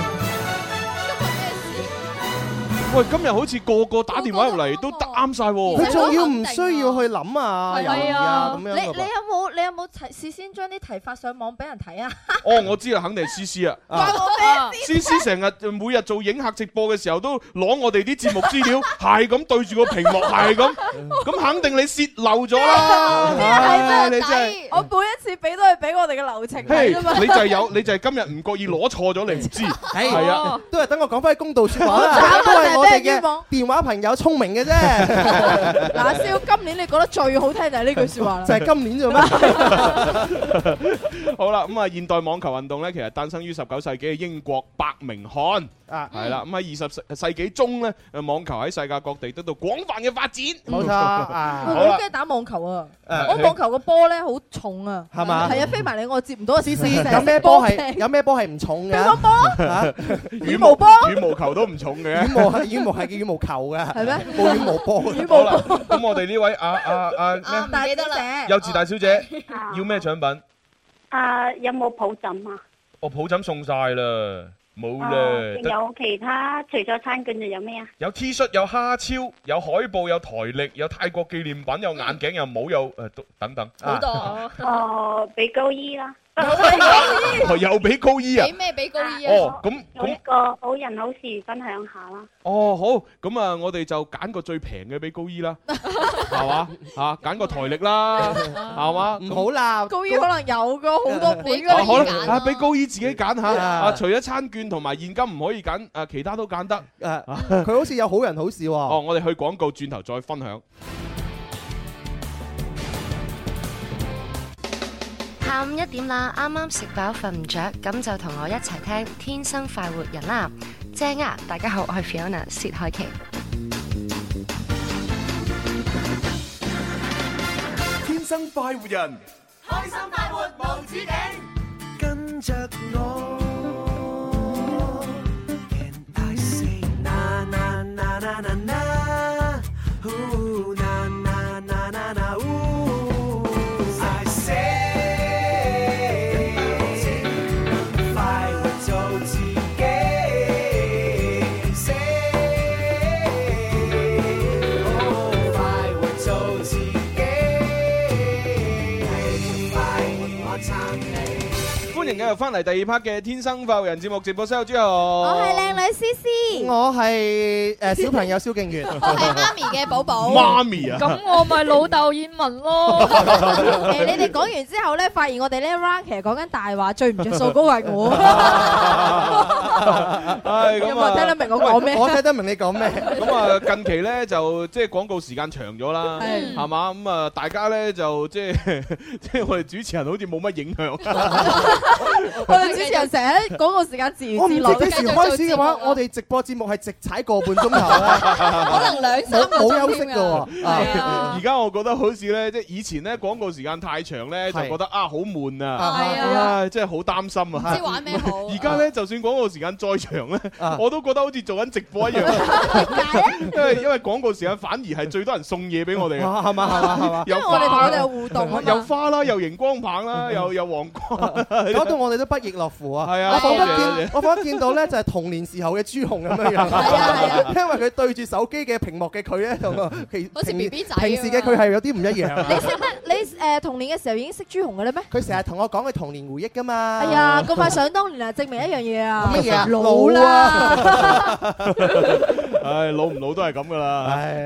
Speaker 5: 喂，今日好似個個打電話入嚟都得啱晒喎。
Speaker 6: 佢仲要唔需要去諗啊？
Speaker 7: 係
Speaker 6: 啊，咁
Speaker 7: 你你
Speaker 6: 樣
Speaker 7: 有
Speaker 6: 㗎噃
Speaker 7: 冇你有冇提事先將啲題發上網俾人 睇啊？
Speaker 5: 哦，我知啦，肯定係思思 啊。啊思思成日每日做影客直播嘅時候，都攞我哋啲節目資料，係咁對住個屏幕，係 咁，咁肯定你泄漏咗 啦。啊唉哎你真係。
Speaker 7: 我每一次俾都係俾我哋嘅流程
Speaker 5: 嘿，
Speaker 7: 睇啫嘛。
Speaker 5: 你就係 有，你就係今日唔覺意攞錯咗，你唔知，係啊，
Speaker 6: 都係等我講翻啲公道説話啦，都係我哋
Speaker 7: 俾人冤
Speaker 6: 嘅
Speaker 7: 枉
Speaker 6: 電話朋友聰明嘅啫，
Speaker 5: 啊
Speaker 7: 嗱，阿蕭，今年你覺得最好聽就 係呢句説話啦。
Speaker 6: 就係今年 做咩？
Speaker 5: 好啦，咁啊，現代網球運動咧，其實誕生於十九世紀嘅英國伯明翰，
Speaker 6: 啊
Speaker 5: 係啦，咁喺二十世世紀中咧，誒網球喺世界各地得到廣泛嘅發展，
Speaker 6: 冇 錯啊
Speaker 7: 我
Speaker 5: 好
Speaker 7: 好
Speaker 5: 啦，
Speaker 7: 驚打網球啊！
Speaker 5: 誒
Speaker 7: 我網球個波咧好重啊，
Speaker 6: 係嘛
Speaker 7: 係啊，飛埋你我接唔到啊！
Speaker 6: 試
Speaker 7: 試
Speaker 6: 試有咩波係
Speaker 7: 乒
Speaker 6: 有咩波係唔重嘅？
Speaker 7: 乓波
Speaker 6: 嚇
Speaker 5: 羽
Speaker 7: 毛波
Speaker 5: 羽毛球都唔重嘅，
Speaker 6: 羽毛係羽毛係叫羽毛球嘅，
Speaker 7: 係咩
Speaker 6: 冇羽毛波嘅。
Speaker 5: 好啦，咁我哋呢位啊啊啊咩？
Speaker 7: 但係得啦，
Speaker 5: 幼稚大小姐
Speaker 13: 啊
Speaker 5: 要咩獎品？
Speaker 13: 啊，有冇抱枕啊？
Speaker 5: 我抱枕送晒啦，冇
Speaker 13: 啊
Speaker 5: 啦，
Speaker 13: 仲
Speaker 5: 得
Speaker 13: 有其他除咗餐券仲有咩啊？
Speaker 5: 有 T 恤，有蝦超，有海報，有台歷，有泰國紀念品，有眼鏡，有帽，有誒等等。
Speaker 13: 好多哦，俾高醫啦。
Speaker 5: 哦又俾高醫啊！
Speaker 13: 咩俾高醫
Speaker 5: 啊哦咁
Speaker 13: 有一個好人好事分享下啦。
Speaker 5: 哦，好，咁啊，我哋就揀個最平嘅俾高醫啦，係嘛？嚇，揀個台歷啦，係嘛？
Speaker 6: 唔好啦，
Speaker 7: 高醫可能有個好多本㗎
Speaker 5: 啊，
Speaker 7: 啦，
Speaker 5: 好
Speaker 7: 已經
Speaker 5: 啦，啊，俾高醫自己揀下，
Speaker 6: 啊
Speaker 5: 啊，除咗餐券同埋現金唔可以揀，啊，其他都揀得。啊
Speaker 6: 誒，啊佢好似有好人好事喎。
Speaker 5: 哦，我哋去廣告，轉頭再分享。
Speaker 14: 下午一點啦，啱啱食飽瞓唔着，咁就同我一齊聽《天生快活人》啦，正啊！大家好，我係 Fiona 薛凱琪。
Speaker 11: 天生快活人，
Speaker 4: 开心快活无止境，跟着我。Can I say na na na na na na? Ooh, na na na na na, ooh. I say 快活做自己，say 哦快活做自己，快活我撐你。
Speaker 5: 歡迎繼續翻嚟第二 part 嘅《天生快活人》節目直播室，之後
Speaker 7: 我
Speaker 5: 我
Speaker 7: 係靚女思思，
Speaker 6: 我係誒小朋友蕭敬元，
Speaker 7: 我係媽咪嘅寶寶。
Speaker 5: 媽咪啊！
Speaker 10: 咁我咪老豆燕文咯。
Speaker 7: 誒，你哋講完之後咧，發現我哋咧 Run 其實講緊大話，最唔着數嗰個係我。
Speaker 5: 唉，咁啊
Speaker 7: 有冇人聽得明我講咩？
Speaker 6: 我聽得明你講咩？
Speaker 5: 咁啊，近期咧就即係廣告時間長咗啦，
Speaker 6: 係
Speaker 5: 係嘛？咁啊，大家咧就即係 即係我哋主持人好似冇乜影響。
Speaker 7: 我哋主持人成日喺 廣告時間自娛
Speaker 6: 我唔
Speaker 7: 自
Speaker 6: 知
Speaker 7: 樂
Speaker 6: 幾時開始嘅話，我哋直播節目係直踩個半鐘頭啦，
Speaker 7: 可能兩三個
Speaker 6: 冇冇
Speaker 7: 鐘
Speaker 6: 休息
Speaker 7: 添
Speaker 6: 嘅
Speaker 7: 啊
Speaker 6: 喎。
Speaker 7: 係
Speaker 6: 啊
Speaker 7: 啊
Speaker 5: 而家我覺得好似咧，即係以前咧廣告時間太長咧，就
Speaker 6: 係
Speaker 5: 覺得啊好悶啊，
Speaker 6: 係啊
Speaker 5: 唉，真係好擔心啊。
Speaker 6: 知玩咩
Speaker 5: 好？ 而家咧，就算廣告時間再長咧，
Speaker 6: 啊
Speaker 5: 我都覺得好似做緊直播一 樣。因 為因為廣告時間反而係最多人送嘢俾我哋 嘅，
Speaker 6: 啊係嘛係嘛係嘛因為
Speaker 7: 我哋同
Speaker 5: 花
Speaker 7: 佢哋有互動啊嘛
Speaker 5: 有花啦，有熒光棒啦，有有黃瓜啦，
Speaker 6: 搞到我哋都不亦樂乎啊！
Speaker 5: 係啊
Speaker 6: 我彷
Speaker 5: 多謝
Speaker 6: 彿
Speaker 5: 多謝
Speaker 6: 見我彷彿見到咧就係童年時候嘅朱紅咁 樣 樣，因為佢對住手機嘅屏幕嘅佢咧，同個其
Speaker 7: 好似
Speaker 6: 平
Speaker 7: BB 仔
Speaker 6: 平時嘅佢係有啲唔一樣。
Speaker 7: 你識得你誒童年嘅時候已經識朱紅嘅啦咩？
Speaker 6: 佢成日同我講佢童年回憶㗎嘛？
Speaker 7: 哎呀，咁快想當年啊，證明一樣嘢啊，
Speaker 6: 乜嘢啊
Speaker 7: 老
Speaker 6: 老
Speaker 7: 啦
Speaker 6: 啊，
Speaker 5: 唉，老唔老都係咁噶啦。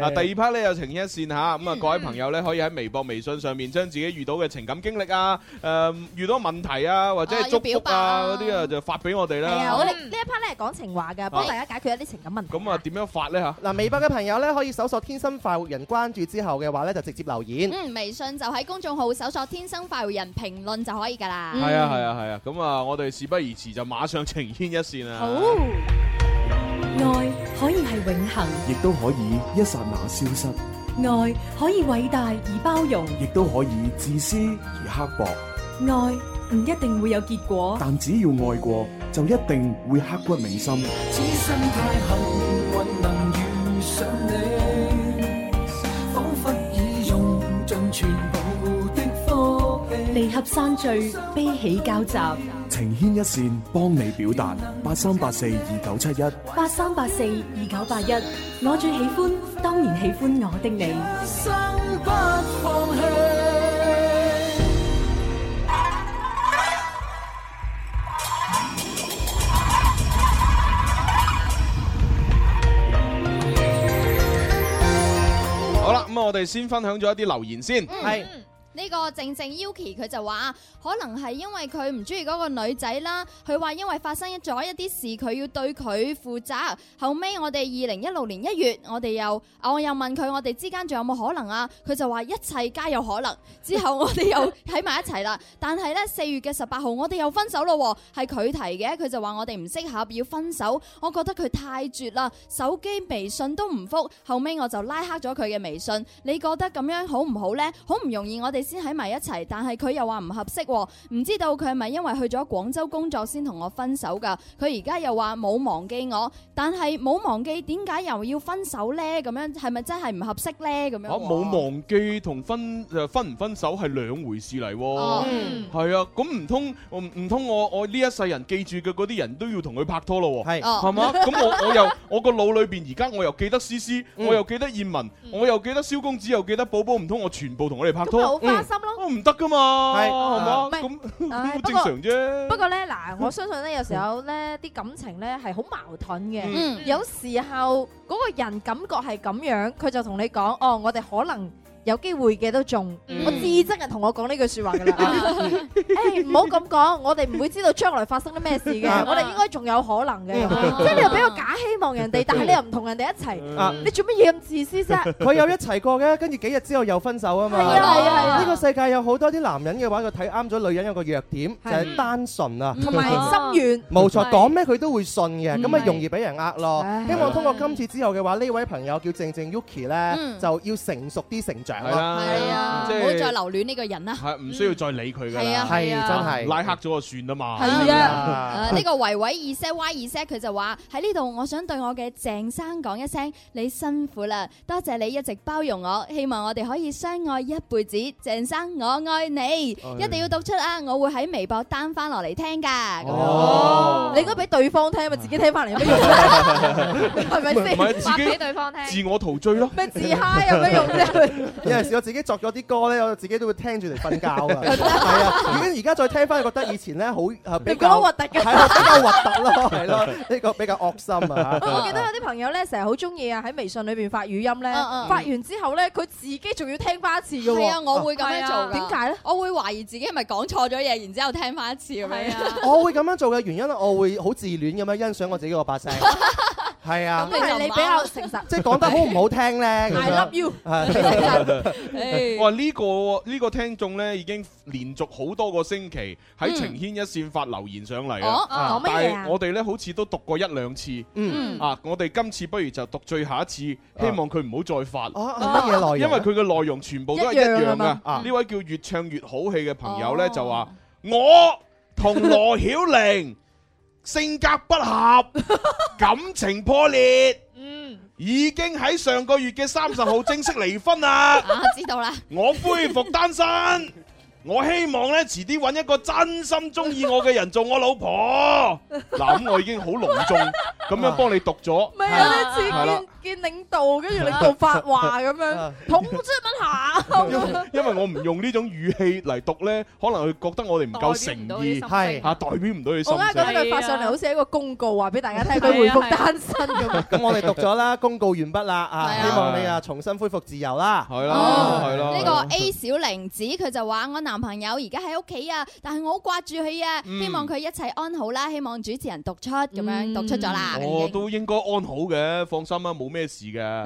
Speaker 5: 啊，第二 part 咧有情牽一線吓，
Speaker 7: 嗯
Speaker 5: 咁啊各位朋友咧可以喺微博、微信上面將自己遇到嘅情感經歷啊，誒遇到問題啊或者係祝福啊嗰啲啊就發俾我哋
Speaker 7: 係啊，我
Speaker 5: 啦
Speaker 7: 哋。呢一 part 咧係講情話嘅，幫大家解決一啲情感問題。
Speaker 5: 咁啊點樣發咧吓？
Speaker 6: 嗱，微博嘅朋友咧可以搜索天生快活人，關注之後嘅話咧就直接留言。
Speaker 1: 嗯，微信就喺公眾號搜索「天生快活人」，評論就可以㗎啦。
Speaker 7: 嗯
Speaker 5: 係啊係啊係啊，咁啊我哋事不宜遲就馬上情牽一線啊！
Speaker 15: 愛可以係永恒，
Speaker 11: 亦都可以一剎那消失，
Speaker 15: 愛可以偉大而包容，
Speaker 11: 亦都可以自私而刻薄。
Speaker 15: 愛唔一定會有結果。
Speaker 11: 但只要愛過，就一定會刻骨銘心。
Speaker 4: 此生太幸運能遇上你，彷彿已用盡全部的福氣。
Speaker 15: 離合散聚，悲喜交集。
Speaker 11: 情牽一線，幫你表達。八三八四二九七一，
Speaker 15: 八三八四二九八一，我最喜歡，當然喜歡我的你。
Speaker 4: 生不放棄。
Speaker 5: 好啦，咁啊我哋先分享咗一啲留言先。
Speaker 7: 嗯
Speaker 6: 係。
Speaker 1: 嗯呢個靜靜 Yuki 佢就話，可能係因為佢唔中意嗰個女仔啦。佢話因為發生咗一啲事，佢要對佢負責。後尾我哋二零一六年一月，我哋又啊我又問佢我哋之間仲有冇可能啊？佢就話一切皆有可能。之後我哋又喺埋一齊啦。但係呢，四月嘅十八號我哋又分手咯喎，係佢提嘅。佢就話我哋唔適合要分手。我覺得佢太絕啦，手機微信都唔覆。後尾我就拉黑咗佢嘅微信。你覺得咁樣好唔好呢？好唔容易我哋先喺埋一齊，但係佢又話唔合適喎，唔知道佢係咪因為去咗廣州工作先同我分手㗎？佢而家又話冇忘記我，但係冇忘記點解又要分手呢？咁樣係咪真係唔合適呢？咁樣
Speaker 5: 啊，冇忘記同分誒分唔分手係兩回事嚟
Speaker 1: 哦
Speaker 5: 喎。係啊，咁唔通我唔通我我呢一世人記住嘅嗰啲人都要同佢拍拖咯喎？
Speaker 6: 係哦
Speaker 5: 係 嘛？咁我我又我個腦裏邊而家我又記得思思，
Speaker 7: 嗯
Speaker 5: 我又記得燕文，我又記得蕭公子，又記得寶寶，唔通我全部同佢哋拍
Speaker 7: 咁咪
Speaker 5: 拖？
Speaker 7: 好
Speaker 5: 嗯
Speaker 7: 花心咯，
Speaker 5: 唔得噶嘛，
Speaker 6: 係
Speaker 5: 係嘛？
Speaker 7: 係
Speaker 5: 咁
Speaker 7: 唉
Speaker 5: 好
Speaker 7: 不
Speaker 5: 正
Speaker 7: 過
Speaker 5: 常啫。
Speaker 7: 不過咧，嗱，我相信咧，有時候咧，啲感情咧係好矛盾嘅。
Speaker 1: 嗯
Speaker 7: 有時候嗰個人感覺係咁樣，佢就同你講：哦，我哋可能有機會嘅都中。我至憎人同我講呢句説話㗎啦。誒，唔好咁講，我哋唔會知道將來發生啲咩事
Speaker 1: À.
Speaker 7: 嘅
Speaker 6: 啊，
Speaker 7: 我哋應該仲有可能嘅。
Speaker 6: 嗯
Speaker 7: 即係你又俾個假希望人哋，但係你又唔同人哋一
Speaker 6: 啊
Speaker 7: 齊，你做乜嘢咁自私啫？
Speaker 6: 佢有一齊過嘅，跟住幾日之後又分手啊嘛。
Speaker 7: 係啊係啊係啊
Speaker 6: 呢個世界有好多啲男人嘅話，佢睇啱咗女人有個弱點，就係單純啊，
Speaker 7: 嗯同埋心軟
Speaker 6: 冇錯，
Speaker 7: 係
Speaker 6: 講咩佢都會信嘅，咁啊
Speaker 7: 嗯
Speaker 6: 容易俾人呃咯
Speaker 7: 唉。
Speaker 6: 希望通過今次之後嘅話，呢位朋友叫靜靜 Yuki
Speaker 1: 嗯
Speaker 6: 咧，就要成熟啲成長
Speaker 5: 係
Speaker 6: 啦。
Speaker 5: 啦，
Speaker 1: 係啊，
Speaker 5: 嗯即
Speaker 1: 唔
Speaker 5: 係
Speaker 1: 好再留戀呢個人啊啦。
Speaker 5: 係唔需要再理佢㗎
Speaker 1: 係啊
Speaker 5: 啦。
Speaker 1: 係啊
Speaker 6: 係真係
Speaker 5: 拉黑咗就算啦嘛。
Speaker 1: 哦係
Speaker 6: 啊
Speaker 1: 啊，呢個維維二 set Y 二 set 佢就話喺呢度，我想對我嘅鄭生講一聲，你辛苦啦，多謝你一直包容我，希望我哋可以相愛一輩子，鄭生我愛你，一定要讀出啊！我會喺微博 down 翻落嚟聽噶。咁
Speaker 5: 哦
Speaker 7: 你應該俾對方聽，咪自己聽翻嚟 有咩用？係咪
Speaker 5: 唔係
Speaker 7: 先？
Speaker 5: 自己自我陶醉咯。
Speaker 7: 咪自嗨有咩用啫？
Speaker 6: 有陣時我自己作咗啲歌咧，我自己都會聽住嚟瞓覺 啊。係啊，而家而家再聽翻，覺得以前咧好誒比較
Speaker 7: 你講核突嘅
Speaker 6: 係啊比較核突 咯，係咯，呢個比較惡心啊。
Speaker 7: 我記得有啲朋友咧，成日好中意啊喺微信裏邊發語音咧，
Speaker 1: 嗯嗯
Speaker 7: 發完之後咧，佢自己仲要聽翻一次嘅喎。
Speaker 1: 係啊，我會咁樣做㗎。
Speaker 7: 點解咧？？
Speaker 1: 我會懷疑自己係咪講錯咗嘢，然之後聽翻一次咁樣。
Speaker 6: 我會咁樣做嘅原因咧，我會好自戀咁樣欣賞我自己個把 聲。係啊，
Speaker 7: 咁係你比較誠實。
Speaker 6: 即係講得好唔好聽咧咁
Speaker 7: I
Speaker 6: 樣
Speaker 7: love。you。唉
Speaker 5: 哇！呢個呢個聽眾咧已經連續好多個星期喺情牽一線發留言上嚟
Speaker 7: 哦
Speaker 5: 啦。啊
Speaker 7: 講乜
Speaker 5: 但
Speaker 7: 嘢啊
Speaker 5: 係我哋咧好似都讀過一兩次。
Speaker 6: 嗯
Speaker 5: 啊，我哋今次不如就讀最後一次，希望佢唔好再發。
Speaker 6: 哦乜嘢內容
Speaker 5: 因為佢嘅內容全部都係
Speaker 7: 一
Speaker 5: 一
Speaker 7: 樣係
Speaker 5: 樣
Speaker 7: 嘛
Speaker 5: 噶。呢位叫越唱越好戲嘅朋友咧
Speaker 7: 哦
Speaker 5: 就話：我同羅曉玲 性格不 合，感情破裂，
Speaker 10: 嗯，
Speaker 5: 已經喺上個月嘅三十 號正式離婚啦。
Speaker 1: 啊，知道啦。
Speaker 5: 我恢復單 身，我希望咧遲啲揾一個真心中意我嘅人做我老婆。嗱，咁我已經好隆重咁樣幫你讀咗，
Speaker 7: 咪有
Speaker 5: 係
Speaker 7: 啲
Speaker 5: 啦
Speaker 7: 啊似見見領導，跟住領導發話咁 樣，統
Speaker 5: 因
Speaker 7: 知問下。
Speaker 5: 為因為我唔用呢種語氣嚟讀咧，可能佢覺得我哋唔夠誠意，
Speaker 6: 係
Speaker 5: 嚇代表唔到佢
Speaker 7: 我啱啱覺
Speaker 5: 心
Speaker 7: 得佢發上嚟好似一個公告，話俾大家聽佢回復單身咁。
Speaker 6: 咁我哋讀咗啦，公告完畢啦啊，
Speaker 1: 係啊
Speaker 6: 希望你啊重新恢復自由啦。
Speaker 5: 係
Speaker 1: 哦
Speaker 5: 啦，係啦。
Speaker 1: 呢個 A 小玲子佢就話：我男朋友而家喺屋企啊，但係我好掛住佢啊，
Speaker 5: 嗯
Speaker 1: 希望佢一切安好啦，希望主持人讀出咁樣讀出咗啦。
Speaker 5: 我
Speaker 1: 已經
Speaker 5: 都應該安好嘅，放心啦，冇咩事嘅。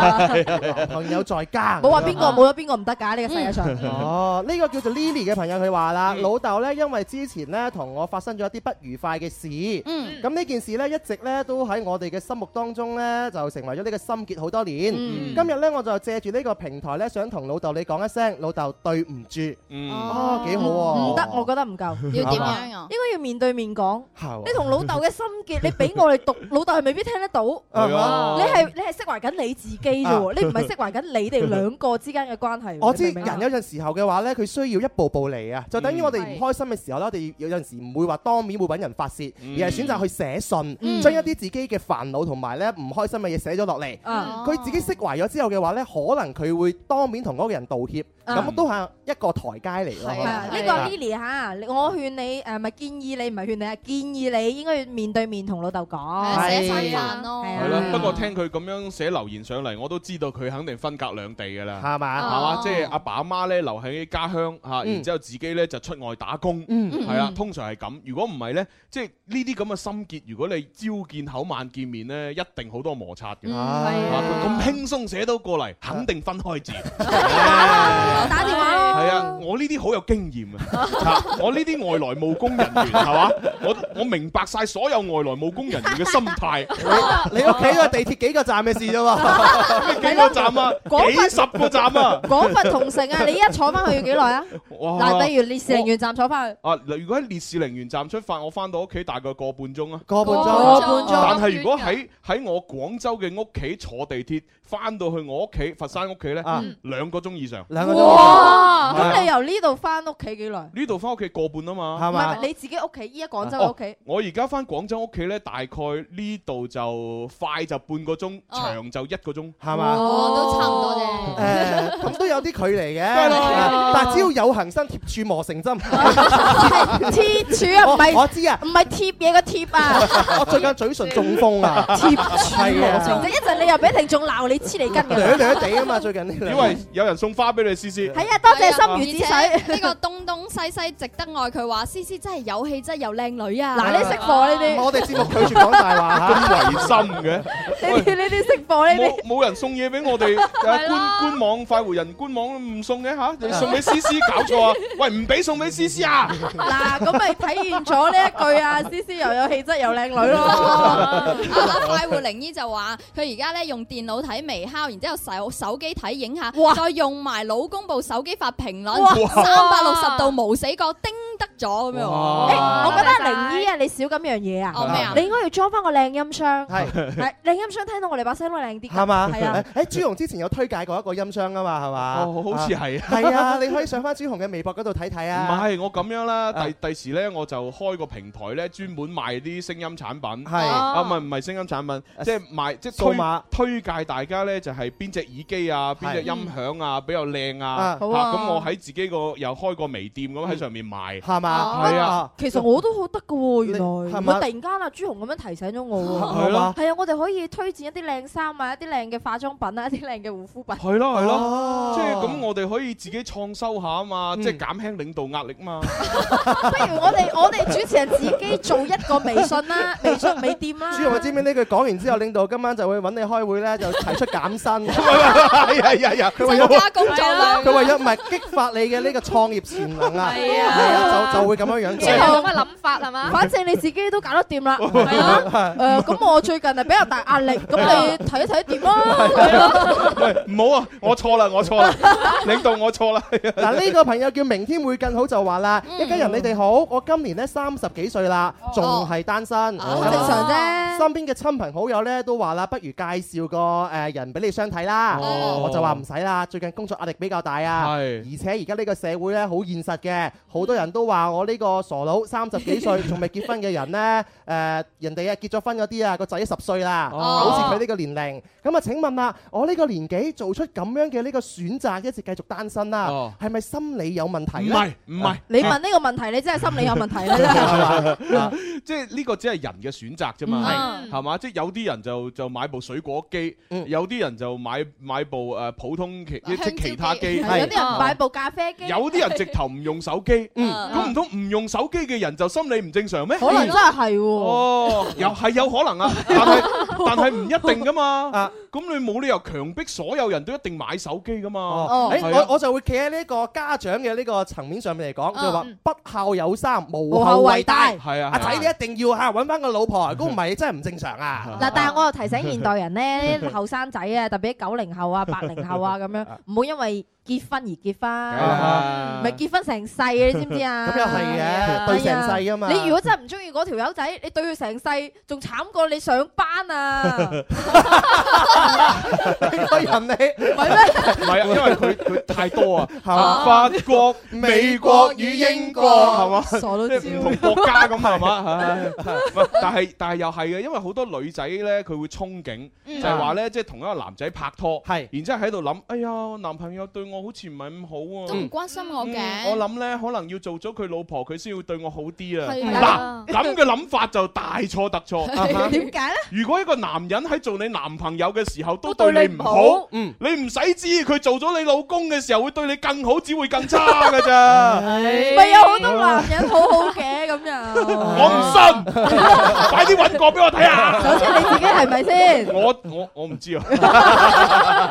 Speaker 6: 男朋友在家，啊
Speaker 7: 冇話邊個冇咗邊個唔得㗎？呢個世界上。 嗯
Speaker 6: 哦，呢個叫做 Lily 嘅朋友佢話啦，老豆呢，因為之前呢同我發生咗一啲不愉快嘅事，
Speaker 1: 嗯
Speaker 6: 咁呢件事呢，一直呢都喺我哋嘅心目當中呢，就成為咗呢個心結好多年。
Speaker 1: 嗯
Speaker 6: 今日呢，我就借住呢個平台呢，想同老豆你講一聲，老豆對唔住，
Speaker 5: 嗯
Speaker 6: 哦，幾好喎，
Speaker 7: 唔得，我覺得唔夠。
Speaker 1: 要點樣啊
Speaker 7: 應？該要面對面講。
Speaker 6: 係喎
Speaker 7: 你同老豆嘅心結，你俾我哋讀，老豆係未必聽得到。你
Speaker 5: 係啊
Speaker 7: 係你係釋懷緊你自己啫
Speaker 6: 啊
Speaker 7: 喎，你唔係釋懷緊你哋兩個之間嘅關係喎。
Speaker 6: 我知
Speaker 7: 你明唔
Speaker 6: 人
Speaker 7: 明啊
Speaker 6: 有陣時候嘅話呢，佢需要一步步嚟啊，就等於我哋
Speaker 7: 嗯
Speaker 6: 唔開心嘅時候呢，我哋有陣時唔會話當面會揾人發泄，
Speaker 5: 嗯
Speaker 6: 而係選擇去寫信，
Speaker 7: 嗯
Speaker 6: 將一啲自己嘅煩惱同埋呢唔開心嘅嘢寫咗落嚟。
Speaker 7: 啊
Speaker 6: 佢自己釋懷咗之後嘅話呢，可能佢會當面同嗰個人道歉，咁都係一個台階嚟咯。
Speaker 7: 嗯係啊，呢個 Lily 吓，你我勸你誒，咪建議你，唔係勸你啊，建議你應該要面對面同老豆講，
Speaker 5: 寫
Speaker 7: 餐
Speaker 5: 曬飯
Speaker 7: 咯，係
Speaker 5: 係
Speaker 7: 啊，
Speaker 5: 啦，不過聽佢咁樣寫留言上嚟，我都知道佢肯定分隔兩地㗎啦，
Speaker 6: 係嘛
Speaker 5: 係
Speaker 6: 哦
Speaker 5: 嘛，即係阿爸阿媽咧留喺家鄉嚇，
Speaker 6: 嗯
Speaker 5: 然之後自己咧就出外打工，
Speaker 6: 嗯
Speaker 5: 係啦
Speaker 6: 嗯，
Speaker 5: 通常係咁。如果唔係咧，即係呢啲咁嘅心結，如果你朝見口晚見面咧，一定好多摩擦嘅。
Speaker 6: 嗯係
Speaker 5: 啊
Speaker 6: 啊
Speaker 5: 佢咁輕鬆寫到過嚟，肯定分 開字。
Speaker 7: 打電話咯。
Speaker 5: 係啊，我呢啲好有經驗啊！ 啊我呢啲外來務工人員係嘛，我我明白晒所有外來務工人員嘅心態。
Speaker 6: 你屋企個地鐵幾個站嘅事啫
Speaker 5: 喎，
Speaker 6: 幾
Speaker 5: 個站啊？
Speaker 7: 廣佛
Speaker 5: 幾十個站啊？
Speaker 7: 廣佛同城啊，你一坐翻去要幾耐啊？
Speaker 5: 哇
Speaker 7: 嗱，例如烈士陵園站坐翻去，
Speaker 5: 啊！如果喺烈士陵園站出發，我翻到屋企大概個半鐘啊，
Speaker 6: 個
Speaker 7: 半鐘個半鐘
Speaker 5: 但係如果喺喺我廣州嘅屋企坐地鐵翻到去我屋企佛山屋企咧
Speaker 6: 啊，
Speaker 5: 兩個鐘以上。
Speaker 6: 兩個鐘
Speaker 7: 哇！
Speaker 5: 係啊
Speaker 7: 咁你由呢度翻屋企幾耐？
Speaker 5: 呢度翻屋企個半啊嘛，
Speaker 7: 唔係唔係你自己屋企，依家廣州嘅屋企
Speaker 5: 哦。我而家翻廣州屋企咧，大概呢度就快就半個鐘，
Speaker 7: 哦
Speaker 5: 長就一個鐘，
Speaker 6: 係嘛哦都差唔多誒，
Speaker 1: 啫
Speaker 6: 咁都有啲距離嘅，
Speaker 5: 係啊咯
Speaker 6: 但只要有恒生貼柱磨成針，
Speaker 7: 貼柱啊，唔係
Speaker 6: 我我知啊，
Speaker 7: 唔係貼嘢個貼啊，
Speaker 6: 我最近嘴唇中風啊，柱
Speaker 7: 貼
Speaker 6: 磨
Speaker 7: 即係一陣你又俾聽眾鬧你黐脷根
Speaker 6: 嗲
Speaker 7: 嘅。
Speaker 6: 嗲地啊 嘛，最近呢
Speaker 5: 因
Speaker 6: 兩
Speaker 5: 為有人送花俾你試試。
Speaker 7: 係啊，多謝心如止
Speaker 1: 而
Speaker 7: 水。
Speaker 1: 且呢個東東西西值得愛，佢話思思真係有氣質又靚女啊！
Speaker 7: 嗱，你識貨呢啲，
Speaker 6: 我哋節目拒絕講大話嚇。
Speaker 5: 啊咁違心嘅，
Speaker 7: 呢啲呢啲識貨呢
Speaker 5: 冇
Speaker 7: 啲。
Speaker 5: 冇人送嘢俾我 哋？誒官官網快活人官網唔送嘅吓，你送俾思思搞錯啊！喂，唔俾送俾思思啊！
Speaker 7: 嗱，咁咪體現咗呢一 句啊，思思又有氣質又靚女咯。
Speaker 1: 啊！快活靈醫就話佢而家咧用電腦睇微烤，然之後手手機睇影下，再用埋老公部手機發評論，
Speaker 7: 哇
Speaker 1: 三百六十度無死角，叮得咗咁樣喎。
Speaker 7: 誒，我覺得
Speaker 1: 多謝晒
Speaker 7: 靈姨啊，你少咁樣嘢啊。
Speaker 1: 哦咩啊
Speaker 7: 你應該要裝翻個靚音箱。
Speaker 6: 係
Speaker 7: 係靚音箱，聽到我哋把聲都靚啲㗎。
Speaker 6: 係嘛？
Speaker 7: 係啊。
Speaker 6: 誒，朱紅之前有推介過一個音箱啊嘛，係嘛？
Speaker 5: 哦好似係啊
Speaker 6: 係啊，你可以上翻朱紅嘅微博嗰度睇睇
Speaker 5: 唔
Speaker 6: 啊。
Speaker 5: 係，我咁樣啦，第第時咧我就開個平台咧，專門賣啲聲音產品。
Speaker 6: 係啊
Speaker 5: 啊，唔係唔係聲音產品，即係賣即
Speaker 6: 數
Speaker 5: 係
Speaker 6: 碼
Speaker 5: 推推介大家咧，就係邊只耳機啊，邊隻音響啊比較靚啊。
Speaker 6: 啊好
Speaker 5: 嚇咁
Speaker 6: 啊
Speaker 5: 我喺自己個又開個微店咁喺上面賣。
Speaker 6: 係嘛
Speaker 5: 係啊。
Speaker 7: 其實我都好得㗎喎，原來
Speaker 6: 係
Speaker 7: 我
Speaker 6: 嘛
Speaker 7: 突然間啊，朱紅咁樣提醒咗我
Speaker 5: 係
Speaker 7: 喎。
Speaker 5: 咯
Speaker 7: 係啊，我哋可以推薦一啲靚衫啊，一啲靚嘅化妝品啊，一啲靚嘅護膚品。
Speaker 5: 係咯係
Speaker 6: 哦嗯
Speaker 5: 咯，即係咁我哋可以自己創收下啊嘛，即係減輕領導壓力啊嘛。
Speaker 7: 不如我哋我哋主持人自己做一個微 信啦，微信微店啦。
Speaker 6: 朱紅，你知唔知呢句講完之後，領導今晚就會揾你開會咧，就提出減薪。
Speaker 5: 係係係啊係
Speaker 6: 佢為咗
Speaker 1: 增加工作量
Speaker 6: 佢為咗唔係激發你嘅呢個創業潛能啊，
Speaker 10: 係啊
Speaker 6: 就就會咁樣樣
Speaker 10: 即係
Speaker 6: 做。
Speaker 10: 咁嘅諗法係嘛？
Speaker 7: 反正你自己都搞得掂啦，係啊。誒，咁我最近係比較大壓力，咁你睇一睇點啦。
Speaker 5: 喂，唔好啊！我錯啦，我 錯啦，領導我錯啦。
Speaker 6: 嗱，呢個朋友叫明天會更好就話啦，
Speaker 7: 嗯
Speaker 6: 一家人你哋好，我今年咧三十幾歲啦，仲係單身，啊
Speaker 7: 哦正常啫
Speaker 6: 身邊嘅親朋好友咧都話啦，不如介紹個誒人俾你相睇啦，
Speaker 5: 哦
Speaker 6: 我就話唔使啦，最近工作壓力比較大啊，
Speaker 5: 係
Speaker 6: 而且而家呢個社會咧好現實嘅，好多人都話我呢個傻佬三十幾 歲仲未結婚嘅人呢，誒人哋啊結咗婚嗰啲啊個仔十歲
Speaker 5: 哦
Speaker 6: 啦，好似佢呢個年齡，咁啊請問啦，我呢個年紀做出咁樣嘅呢個選擇，一直繼續單身啦。
Speaker 5: 哦
Speaker 6: 係咪心理有問題啊咧？
Speaker 5: 唔係唔係，
Speaker 7: 你問呢個問題，你真係心理有問題啦，真係。
Speaker 5: 即係呢個只係人嘅選擇啫嘛，
Speaker 6: 嗯
Speaker 5: 係嘛？即係有啲人就就買部水果機，有啲人就買買部誒普通
Speaker 7: 啊
Speaker 5: 其即係其他機，
Speaker 7: 有啲
Speaker 6: 啊
Speaker 7: 人買部咖啡機，
Speaker 5: 有啲人直頭唔用手機，
Speaker 6: 嗯
Speaker 5: 咁唔通唔用手機嘅人就心理唔正常咩？
Speaker 7: 可能真
Speaker 6: 哎
Speaker 7: 係係喎。
Speaker 5: 哦，又係有可能 啊，但係但係唔一定噶嘛
Speaker 6: 啊。
Speaker 5: 咁你冇理由強迫所有人都一定買手機噶嘛。
Speaker 6: 哦，誒
Speaker 5: 係啊
Speaker 6: 我我就會企喺呢個家長嘅呢個層面上面嚟講，就話
Speaker 7: 嗯
Speaker 6: 不孝有三，無
Speaker 7: 無
Speaker 6: 後
Speaker 7: 後
Speaker 6: 為
Speaker 7: 為
Speaker 6: 大
Speaker 7: 大。
Speaker 5: 係啊，
Speaker 6: 阿仔，你一定要嚇揾翻個老 婆，如果唔係，你真係唔正常啊！
Speaker 7: 嗱，但係我又提醒現代 人咧，後生仔啊，特別九零後啊、八零後啊咁樣，唔好因為結婚而結婚，
Speaker 5: 啊
Speaker 7: 咪結婚成世啊，你知唔知啊？
Speaker 6: 咁又係嘅，對成世啊嘛。
Speaker 7: 你如果真係唔中意嗰條友仔，你對佢成世仲慘過你上班啊！
Speaker 6: 我人你
Speaker 5: 唔係啊，因 為佢佢太多啊，
Speaker 6: 係嘛
Speaker 5: 法國、
Speaker 6: 美
Speaker 5: 美
Speaker 6: 國
Speaker 5: 國
Speaker 6: 與
Speaker 5: 與
Speaker 6: 英
Speaker 5: 英
Speaker 6: 國
Speaker 5: 國係嘛，
Speaker 6: 傻
Speaker 5: 即
Speaker 6: 到
Speaker 5: 係唔同 國家咁啊係嘛，唉唔 係但係但係又係嘅，因為好多女仔咧，佢會憧憬，
Speaker 6: 嗯
Speaker 5: 就係話咧，即係同一個男仔拍拖，係，然之後喺度諗，哎呀，我男朋友對我好似唔係咁好啊，
Speaker 1: 都唔關心我嘅
Speaker 5: 嗯我諗咧，可能要做咗佢老婆，佢先要對我好啲
Speaker 1: 係
Speaker 5: 啊
Speaker 1: 啊。
Speaker 5: 嗱，咁嘅諗法就大錯特錯。
Speaker 7: 點解咧？
Speaker 5: 如果一個男人喺做你男朋友嘅時候都
Speaker 7: 都對
Speaker 5: 對
Speaker 7: 你
Speaker 5: 你
Speaker 7: 唔
Speaker 5: 唔
Speaker 7: 好
Speaker 5: 好，你唔使知佢做咗你老公嘅時候會對你更好，只會更差㗎 咋。
Speaker 7: 咪有好多男人好好嘅咁
Speaker 10: 哦
Speaker 7: 樣，
Speaker 5: 我唔信， 快啲揾個俾我睇下。
Speaker 7: 首先你自己係咪先？
Speaker 5: 我我我唔知啊。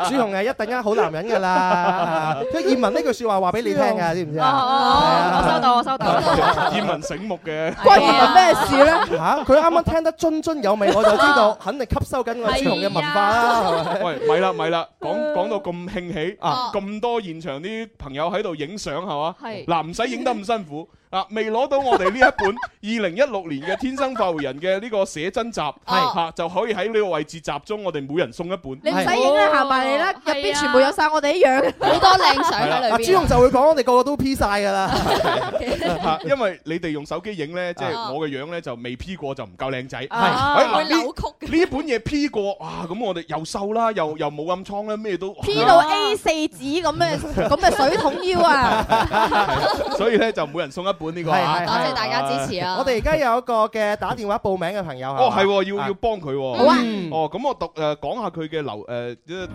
Speaker 6: 朱紅係一等間好男人㗎啦，即係葉文呢句説話話俾你聽㗎，知唔知
Speaker 10: 哦
Speaker 6: 啊？
Speaker 10: 哦，我收到，我 收到。
Speaker 5: 葉文醒目嘅，
Speaker 6: 關葉
Speaker 10: 文咩事
Speaker 6: 咧？嚇，佢啱啱聽得津津有味，我就知 道肯定吸
Speaker 7: 啊
Speaker 6: 收緊我朱紅嘅文化啦，係咪？
Speaker 5: 喂，咪啦 咪啦，講
Speaker 7: 嗯
Speaker 5: 講到咁興起
Speaker 7: 哦
Speaker 5: 啊，咁多現場啲朋友喺度影相係嘛？
Speaker 6: 係
Speaker 5: 嗱，唔使影得咁辛苦啊！未攞到我哋呢 一本二零一六年嘅《天生快活人》嘅呢個寫真
Speaker 7: 哦
Speaker 5: 集，係嚇就可以喺呢個位置集中，我哋每人送一本。
Speaker 7: 你唔使影
Speaker 6: 哦
Speaker 7: 啦，行埋嚟啦，入邊全部有晒我哋一樣，
Speaker 1: 好多靚相喺裏邊
Speaker 6: 啊朱紅就會講我哋個個都 P 晒㗎啦。
Speaker 5: 嚇，啊因為你哋用手機影
Speaker 7: 哦
Speaker 5: 咧，即係我嘅樣咧就未 P 過就唔夠靚仔，係
Speaker 1: 啊會扭
Speaker 5: 曲呢本嘢 P 過，哇！咁我哋又瘦啦，又又冇暗瘡啦，咩都
Speaker 7: P 到 A 四紙咁嘅咁嘅水桶腰啊！
Speaker 5: 啊所以咧就每人送一本呢個啊，
Speaker 6: 係係多謝大
Speaker 1: 家支持啊
Speaker 6: 我哋而家有一個嘅打電話報名嘅朋友
Speaker 5: 哦，係喎，
Speaker 6: 啊
Speaker 5: 要要幫佢喎。
Speaker 6: 好啊
Speaker 5: 哦，咁我讀誒講下佢嘅流誒即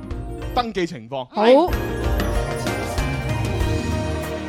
Speaker 5: 登記情況。
Speaker 7: 好。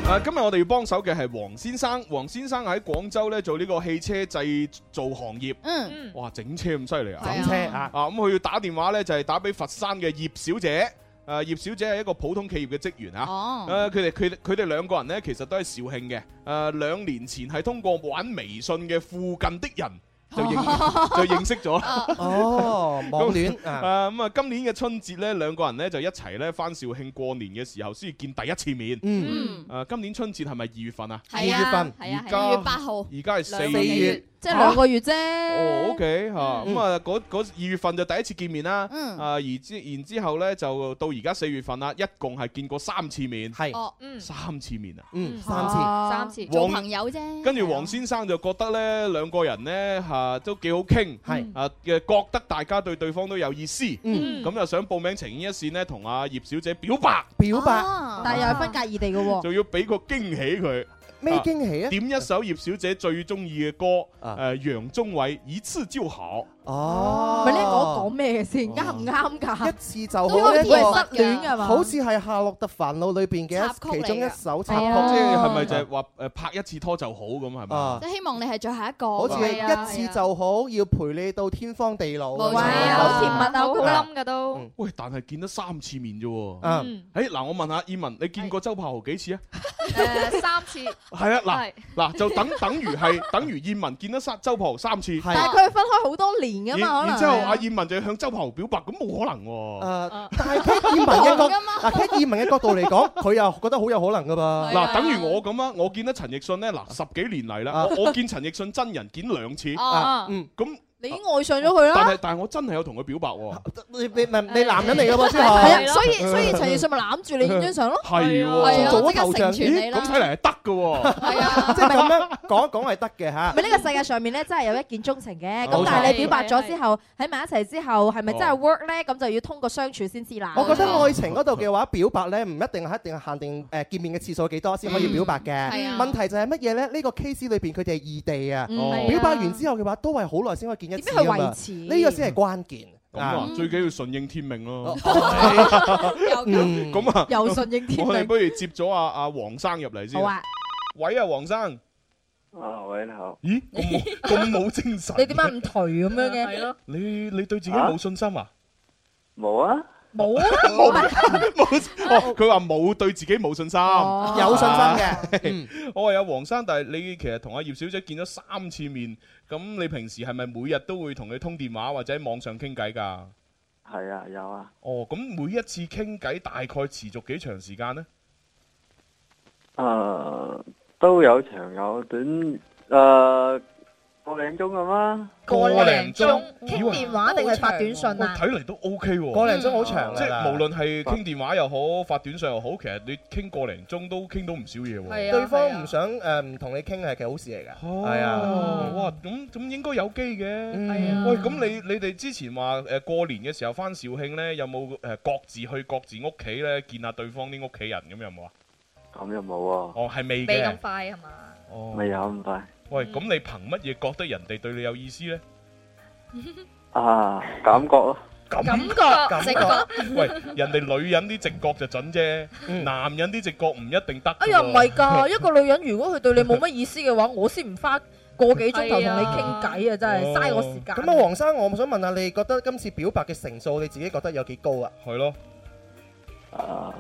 Speaker 5: 啊，今日我哋要幫手嘅係黃先生，黃先生喺廣州咧做呢個汽車製造行業。
Speaker 1: 嗯，
Speaker 5: 哇，整車咁犀利啊！
Speaker 6: 整車啊！
Speaker 5: 啊，咁佢要打電話咧就係打俾佛山嘅葉小姐。誒葉小姐係一個普通企業嘅職員啊！
Speaker 1: 哦
Speaker 5: 誒佢哋佢哋佢哋兩個人呢，其實都係肇慶嘅。誒、兩年前係通過玩微信嘅附近的人就 認就認識咗
Speaker 6: Ờ.
Speaker 5: 啦。
Speaker 6: 哦網戀
Speaker 5: 咁
Speaker 6: 啊
Speaker 5: 啊咁啊！今年嘅春節呢，兩個人呢就一齊呢翻肇慶過年嘅時候先見第一次面。
Speaker 6: 嗯
Speaker 5: 誒今年春節係咪二月份啊？
Speaker 1: 係啊二月份係啊係啊
Speaker 5: 而家
Speaker 6: ờ,
Speaker 1: 二月八號
Speaker 5: 而家係四
Speaker 1: 兩個月
Speaker 7: 即係兩個
Speaker 5: 啊
Speaker 7: 月啫。
Speaker 5: 哦，OK
Speaker 6: 嗯
Speaker 5: 嚇，咁啊，嗰嗰二月份就第一次見面啦，
Speaker 7: 嗯
Speaker 5: 啊，而之然之後咧就到而家四月份啦，一共係見過三次面，係
Speaker 1: 哦嗯哦
Speaker 5: 三次面啊，
Speaker 6: 嗯，
Speaker 1: 三次做朋友啫。
Speaker 5: 跟住黃先生就覺得咧兩個人咧嚇都幾好傾，係啊嘅覺得大家對對方都有意思，
Speaker 6: 嗯
Speaker 5: 咁又想報名情牽一線咧，同阿葉小姐表白，
Speaker 6: 表白，
Speaker 7: 哦但係又係分隔異地嘅喎。
Speaker 5: 仲要俾個驚喜佢。啊
Speaker 6: 咩驚喜啊咧？
Speaker 5: 點一首葉小姐最中意嘅歌，誒楊宗緯《一次就好》。
Speaker 6: 哦
Speaker 7: 咪呢個我講咩先？
Speaker 6: Ờ.
Speaker 7: 啱唔啱㗎？一
Speaker 6: 次就
Speaker 7: 好
Speaker 6: 呢
Speaker 7: 呢
Speaker 6: 個
Speaker 7: 個係失戀㗎嘛？
Speaker 6: 好似係《夏洛特煩惱》裏邊
Speaker 7: 插曲
Speaker 6: 嘅其
Speaker 7: 嚟㗎
Speaker 6: 中一首插曲
Speaker 7: 係啊，
Speaker 5: 即係
Speaker 6: Ờ.
Speaker 5: 係咪就係話誒拍一次拖就好咁係咪？
Speaker 1: 即係希望你係最後一個。
Speaker 6: 啊好似係
Speaker 1: 係啊
Speaker 6: 一次就好，要陪你到天荒地老。嗯
Speaker 1: 冇錯哇
Speaker 7: 好甜蜜啊好冧
Speaker 10: 㗎都。
Speaker 5: 喂，但係見得三次面啫喎。
Speaker 6: 啊
Speaker 10: 嗯
Speaker 5: 誒嗱，我問下葉文，你見過周柏豪幾次啊？
Speaker 10: 誒三次。
Speaker 5: 係
Speaker 10: 係
Speaker 5: 啊，嗱嗱就 等等於係等於葉文見得三周柏豪三次。
Speaker 7: 但係佢係分開好多年
Speaker 5: 然
Speaker 7: 㗎嘛，可能。啊
Speaker 5: 然之後，阿葉文就向周柏豪表白，咁冇可能喎。
Speaker 6: 誒，啊但係喺葉文嘅角，嗱喺葉文嘅角度嚟講，佢又覺得好有可能噶噃。
Speaker 5: 嗱，等於我咁啊！我見得陳奕迅咧，嗱十幾年嚟
Speaker 6: 啊
Speaker 5: 啦，我我見陳奕迅真人見兩次，
Speaker 7: 啊
Speaker 5: 嗯咁，
Speaker 7: 你已經愛上咗佢
Speaker 5: 但係
Speaker 7: 啦。
Speaker 5: 但係我真係有同佢表白喎。
Speaker 6: 你你咪你男人嚟噶噃，之後
Speaker 7: 係啊，所以所以陳奕迅咪攬住你影張相咯。
Speaker 5: 係
Speaker 7: 係
Speaker 5: 喎，
Speaker 7: 啊做咗即刻頭像成全
Speaker 5: 咦
Speaker 7: 你啦
Speaker 5: 咁睇嚟係得㗎喎。
Speaker 6: 即係咁樣講一講係得嘅嚇。
Speaker 7: 咪呢個世界上面咧，真係有一見鍾情嘅。咁
Speaker 6: 冇錯
Speaker 7: 但係你表白咗之後，喺埋一齊之後，係咪真
Speaker 5: 哦
Speaker 7: 係 work 咧？咁就要通過相處先知啦。
Speaker 6: 我覺得
Speaker 7: 哦
Speaker 6: 愛情嗰度嘅話，表白咧唔一定係一定係限定誒見面嘅次數幾多先可以表白嘅。
Speaker 7: 係啊
Speaker 6: 問題就係乜嘢咧？呢個 case 裏邊佢哋係異地啊
Speaker 7: 嗯
Speaker 5: 哦
Speaker 7: 係，啊
Speaker 6: 表白完之後嘅話，都係好耐先可以見一次
Speaker 7: 點樣去
Speaker 6: 啊嘛
Speaker 7: 維持
Speaker 6: 呢個先係關鍵。
Speaker 5: 咁啊
Speaker 6: 嗯，
Speaker 5: 最緊要順應天命 咯。
Speaker 6: 嗯
Speaker 5: 咁啊，
Speaker 7: 又順應天命
Speaker 5: 我哋不如接咗阿阿黃生入嚟先。
Speaker 7: 好啊。
Speaker 5: 喂啊，黃生，
Speaker 16: 啊，喂，你好。
Speaker 5: 咦，咁冇咁冇精神？
Speaker 7: 你點解唔頹咁樣嘅？係咯，
Speaker 5: 你你對自己冇信心啊？
Speaker 16: 冇 啊，
Speaker 7: 冇啊，
Speaker 5: 哦，佢話冇對自己冇信心，
Speaker 6: 哦有信嗯
Speaker 5: 心嘅。我話有黃生，但係你其實同阿葉小姐見咗三次面，咁你平時係咪每日都會同佢通電話或者喺網上傾偈㗎？
Speaker 16: 係啊，有啊，
Speaker 5: 哦，咁每一次傾偈大概持續幾長時間呢？
Speaker 16: 啊呃誒、都有長有短，誒、個零鐘咁啊啦。
Speaker 17: 個零鐘
Speaker 5: 以
Speaker 17: 傾
Speaker 5: 為
Speaker 17: 電話定係發短信啊？
Speaker 5: 睇嚟都 OK 喎，
Speaker 17: 個零鐘好長㗎啦
Speaker 5: 即係無論係傾電話又好，發短信又好，其實你傾個零鐘都傾到唔少嘢喎。
Speaker 17: 對方
Speaker 18: 唔想誒唔同你傾係嗯其好事嚟㗎，
Speaker 5: 係啊，哇，咁咁應該有機嘅。喂，咁你你哋之前話誒過年嘅時候翻肇慶呢，有冇誒各自去各自屋企呢？見下對方啲屋企人咁有冇啊？
Speaker 16: 咁又冇喎。
Speaker 5: 哦，係未
Speaker 10: 未咁
Speaker 5: 嘅。
Speaker 10: 快 係嘛？
Speaker 5: 哦，
Speaker 16: 未有咁快。
Speaker 5: 喂，咁你憑乜嘢覺得人哋對你有意思呢？
Speaker 16: 啊，感覺咯。
Speaker 5: 感
Speaker 10: 感 覺直覺
Speaker 5: 喂，人哋女人啲直覺就準啫，男人啲直覺唔一定得㗎喎。
Speaker 7: 哎呀，唔係 㗎，一個女人如果佢對你冇乜意思嘅話，我先唔花個幾鐘頭同你傾偈啊，真係嘥我時間。
Speaker 18: 咁啊，黃生，我想問下你覺得今次表白嘅成數，你自己覺得有幾高啊？
Speaker 5: 係咯。
Speaker 16: 啊，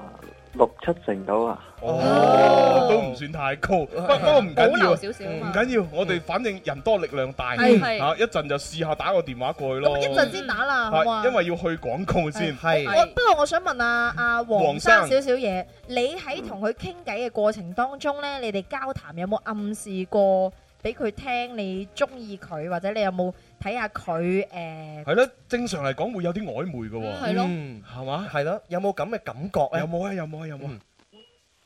Speaker 16: 六七成到啊。
Speaker 5: 哦，都唔算太 高，不不過唔緊
Speaker 16: 保
Speaker 5: 要，
Speaker 16: 留
Speaker 5: 唔
Speaker 16: 少少啊嘛
Speaker 5: 緊要，我哋反正人多力量大，嚇
Speaker 7: 係
Speaker 5: 一陣就試下打個電話過去咯。
Speaker 7: 一陣先打啦，好嘛
Speaker 5: 係？因為要去廣告先。
Speaker 7: 我不過我想問啊，阿黃生
Speaker 5: 黃
Speaker 7: 少
Speaker 5: 生
Speaker 7: 少嘢，你喺同佢傾偈嘅過程當中呢，你哋交談有冇暗示過俾佢聽你中意佢，或者你有冇睇下佢誒？
Speaker 5: 係咯，正常嚟講會有啲曖昧嘅喎。
Speaker 7: 係咯
Speaker 18: 嗯
Speaker 5: 係嘛？
Speaker 18: 係咯，有冇咁嘅感覺咧？
Speaker 5: 有冇啊？有冇啊？有冇啊？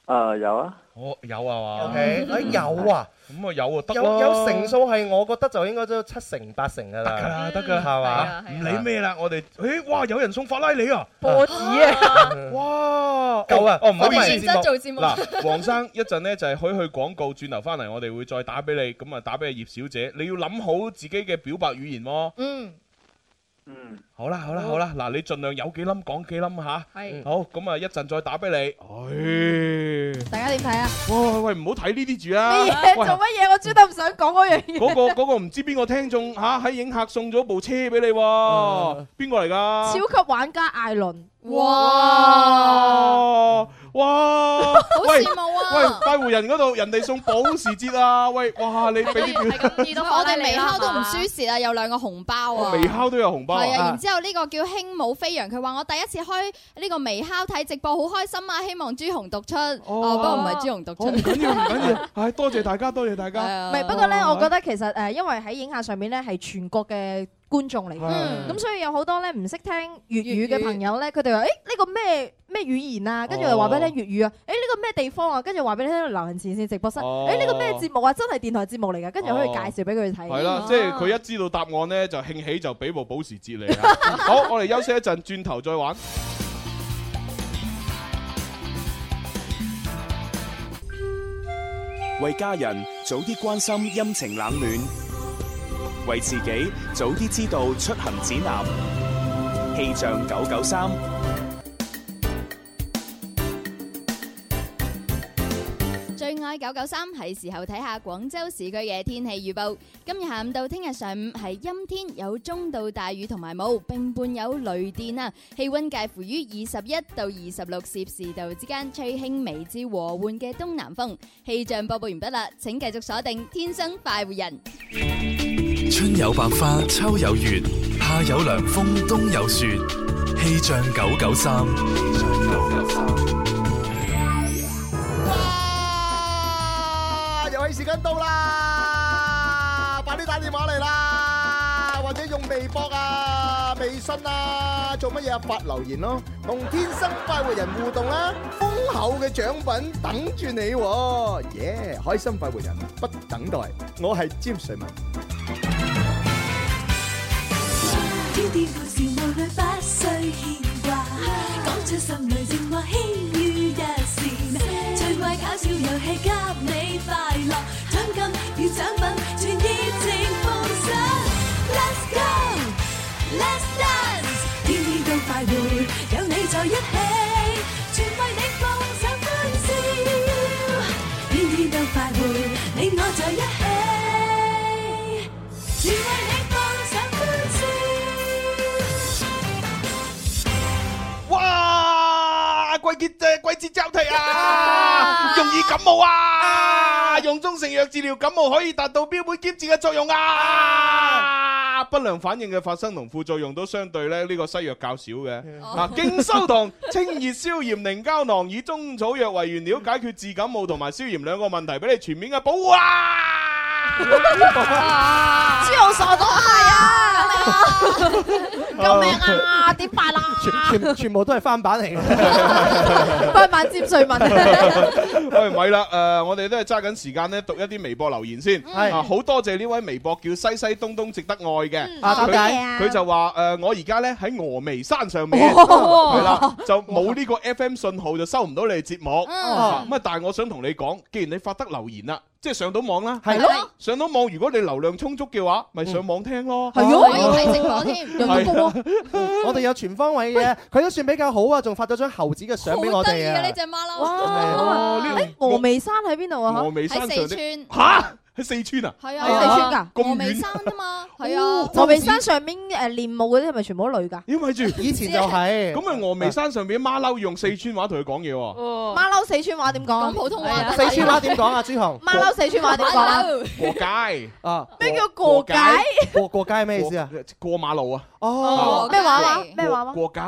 Speaker 16: 啊，有啊。
Speaker 5: 我有啊嘛。
Speaker 18: OK，哎有啊，
Speaker 5: 咁啊有啊，得
Speaker 18: 有
Speaker 5: 咯
Speaker 18: 有成數係，我覺得就應該都七成八成㗎
Speaker 5: 得㗎
Speaker 18: 啦
Speaker 5: 啦，。得㗎啦，
Speaker 18: 係嘛
Speaker 5: 唔理咩啦，我哋，誒，哇，有人送法拉利啊！
Speaker 7: 啊
Speaker 5: 哇！
Speaker 18: 夠
Speaker 7: à?
Speaker 18: 啦
Speaker 5: 哦，唔好
Speaker 18: 我
Speaker 5: 意
Speaker 18: 哋
Speaker 5: 思，
Speaker 18: 認真做節目
Speaker 5: 嗱，黃生一陣呢就係可以去廣告，轉頭翻嚟我哋會再打俾你，咁啊打俾阿葉小姐，你要諗好自己嘅表白語言喎。
Speaker 7: 嗯。
Speaker 16: 嗯。
Speaker 5: 好啦，好啦，好啦，嗱，你盡量有幾冧講幾冧吓。
Speaker 7: 係
Speaker 5: 好，咁啊一陣再打俾你。
Speaker 7: 大家點睇啊？
Speaker 5: 喂喂喂，唔好睇呢啲住啊！
Speaker 7: 乜嘢做乜嘢？我專登唔想講嗰樣嘢。
Speaker 5: 嗰個嗰個唔知邊個聽眾吓喺影客送咗部車俾你喎，邊個嚟㗎？
Speaker 7: 超級玩家艾倫，
Speaker 5: 哇！哇！好
Speaker 7: 羨慕啊
Speaker 5: 喂，快活人嗰度人哋送保時捷啊！喂，哇！你俾
Speaker 7: 啊
Speaker 5: 啲表，
Speaker 1: 我哋微烤都唔輸蝕啊，有兩個紅包啊！
Speaker 5: 微烤都有紅包
Speaker 1: 係啊，然
Speaker 5: 啊！
Speaker 1: 之後呢個叫輕舞飛揚，佢話我第一次開呢個微烤睇直播，好開心啊！希望朱紅讀出，哦，不過唔係朱紅讀出，
Speaker 5: 啊唔緊要，唔緊要，唉，多謝大家，多謝大家。
Speaker 7: 唔係，不過咧，我覺得其實誒，因為喺影客上面咧係全國嘅觀眾嚟嘅，
Speaker 5: 嗯
Speaker 7: 咁所以有好多咧唔識聽粵語嘅朋友咧，佢哋話：誒呢個咩咩語言啊？跟住又話俾
Speaker 5: 哦
Speaker 7: 你聽粵語啊！誒呢個咩地方啊？跟住話俾你聽流行前線直播室。
Speaker 5: 哦
Speaker 7: 誒呢個咩節目啊？真係電台節目嚟㗎，跟住可以
Speaker 5: 哦
Speaker 7: 介紹俾佢睇。
Speaker 5: 係啦，即係佢一知道答案咧，就興起就俾部保時捷你啊！ 好，我哋休息一陣，轉頭再玩。
Speaker 8: 为家人早啲关心阴晴冷暖，为自己早啲知道出行指南。气象九九三，
Speaker 1: 最愛九九三係時候睇下廣州市區嘅天氣預報。今日下午到聽日上午係陰天，有中到大雨同埋霧，並伴有雷電啊！氣温介乎於二十一到二十六攝氏度之間，吹輕微至和緩嘅東南風。氣象播報完畢啦，請繼續鎖定《天生快活人》。
Speaker 2: 春有百花，秋有月，夏有涼風，冬有雪。氣象九九三，
Speaker 17: 啊，遊戲時間到啦，快啲打電話嚟啦，或者用微博啊、微信啊，做乜嘢啊？發留言咯，同天生快活人互動啦，豐厚嘅獎品等住你喎，耶！開心快活人不等待，我係詹瑞文。
Speaker 15: 天天故事無慮不需牽掛，講出心裏情話輕於一線，趣味搞笑遊戲給你快樂，獎金與獎品全熱情奉上。Let's go，Let's dance，天天都快活，有你在一起，全為你奉上歡笑，天天都快活，你我在一起。全為你放上
Speaker 5: 哇！季節誒季節交替 啊，容易感冒啊，用中成藥治療感冒可以達到標本兼治嘅作用啊。不良反應嘅發生同副作用都相對咧，呢個西藥較少嘅。嗱，敬修堂 清熱消炎凝膠囊以中草藥為原料，解決治感冒同埋消炎兩個問題，俾你全面嘅保護啊！
Speaker 7: à.
Speaker 6: 啊
Speaker 7: 啊
Speaker 18: 全-全-全部都係翻版嚟嘅。
Speaker 5: 喂，咪啦，誒，我哋都係揸緊時間咧，讀一啲微博留言先。
Speaker 18: 嗯係
Speaker 5: 啊，好多謝呢位微博叫西西東東值得愛嘅。
Speaker 18: 啊
Speaker 5: 佢
Speaker 18: 多謝啊
Speaker 5: 佢就話誒，我而家咧喺峨眉山上面，
Speaker 18: 哦
Speaker 5: 係啦，就冇呢個 FM 信號，就收唔到你哋節目。
Speaker 18: 嗯
Speaker 5: 啊咁啊，但係我想同你講，既然你發得留言啦。即係上到網啦，
Speaker 18: 係咯，嗯
Speaker 5: 上到網如果你流量充足嘅話，咪上網聽
Speaker 7: 哦
Speaker 5: 咯。
Speaker 18: 係哦咯可以
Speaker 5: 睇
Speaker 18: 睇直播添又有個我哋有全方位嘅，佢都算比較好啊，仲發咗張猴子嘅相俾我哋啊。
Speaker 5: 哦
Speaker 7: 啊
Speaker 5: 峨眉山上的
Speaker 1: 喺四川
Speaker 5: 吓喺四川啊，
Speaker 1: 係
Speaker 7: 喺四川㗎哦
Speaker 5: 咁
Speaker 1: 峨眉
Speaker 5: 遠
Speaker 1: 山啊嘛，係啊，
Speaker 5: 咦，
Speaker 7: 呃
Speaker 5: 咪住，
Speaker 18: 以前就係
Speaker 5: 咁啊！峨眉山上邊馬騮用四川話同佢講嘢喎，
Speaker 18: 四川話點講啊，朱紅？
Speaker 7: 啊
Speaker 5: 過街
Speaker 18: 啊，
Speaker 5: 咩叫
Speaker 7: 過街
Speaker 18: 過過街咩意思啊？
Speaker 5: 過馬路啊！
Speaker 18: 哦
Speaker 7: 咩話話咩話話
Speaker 5: 過街，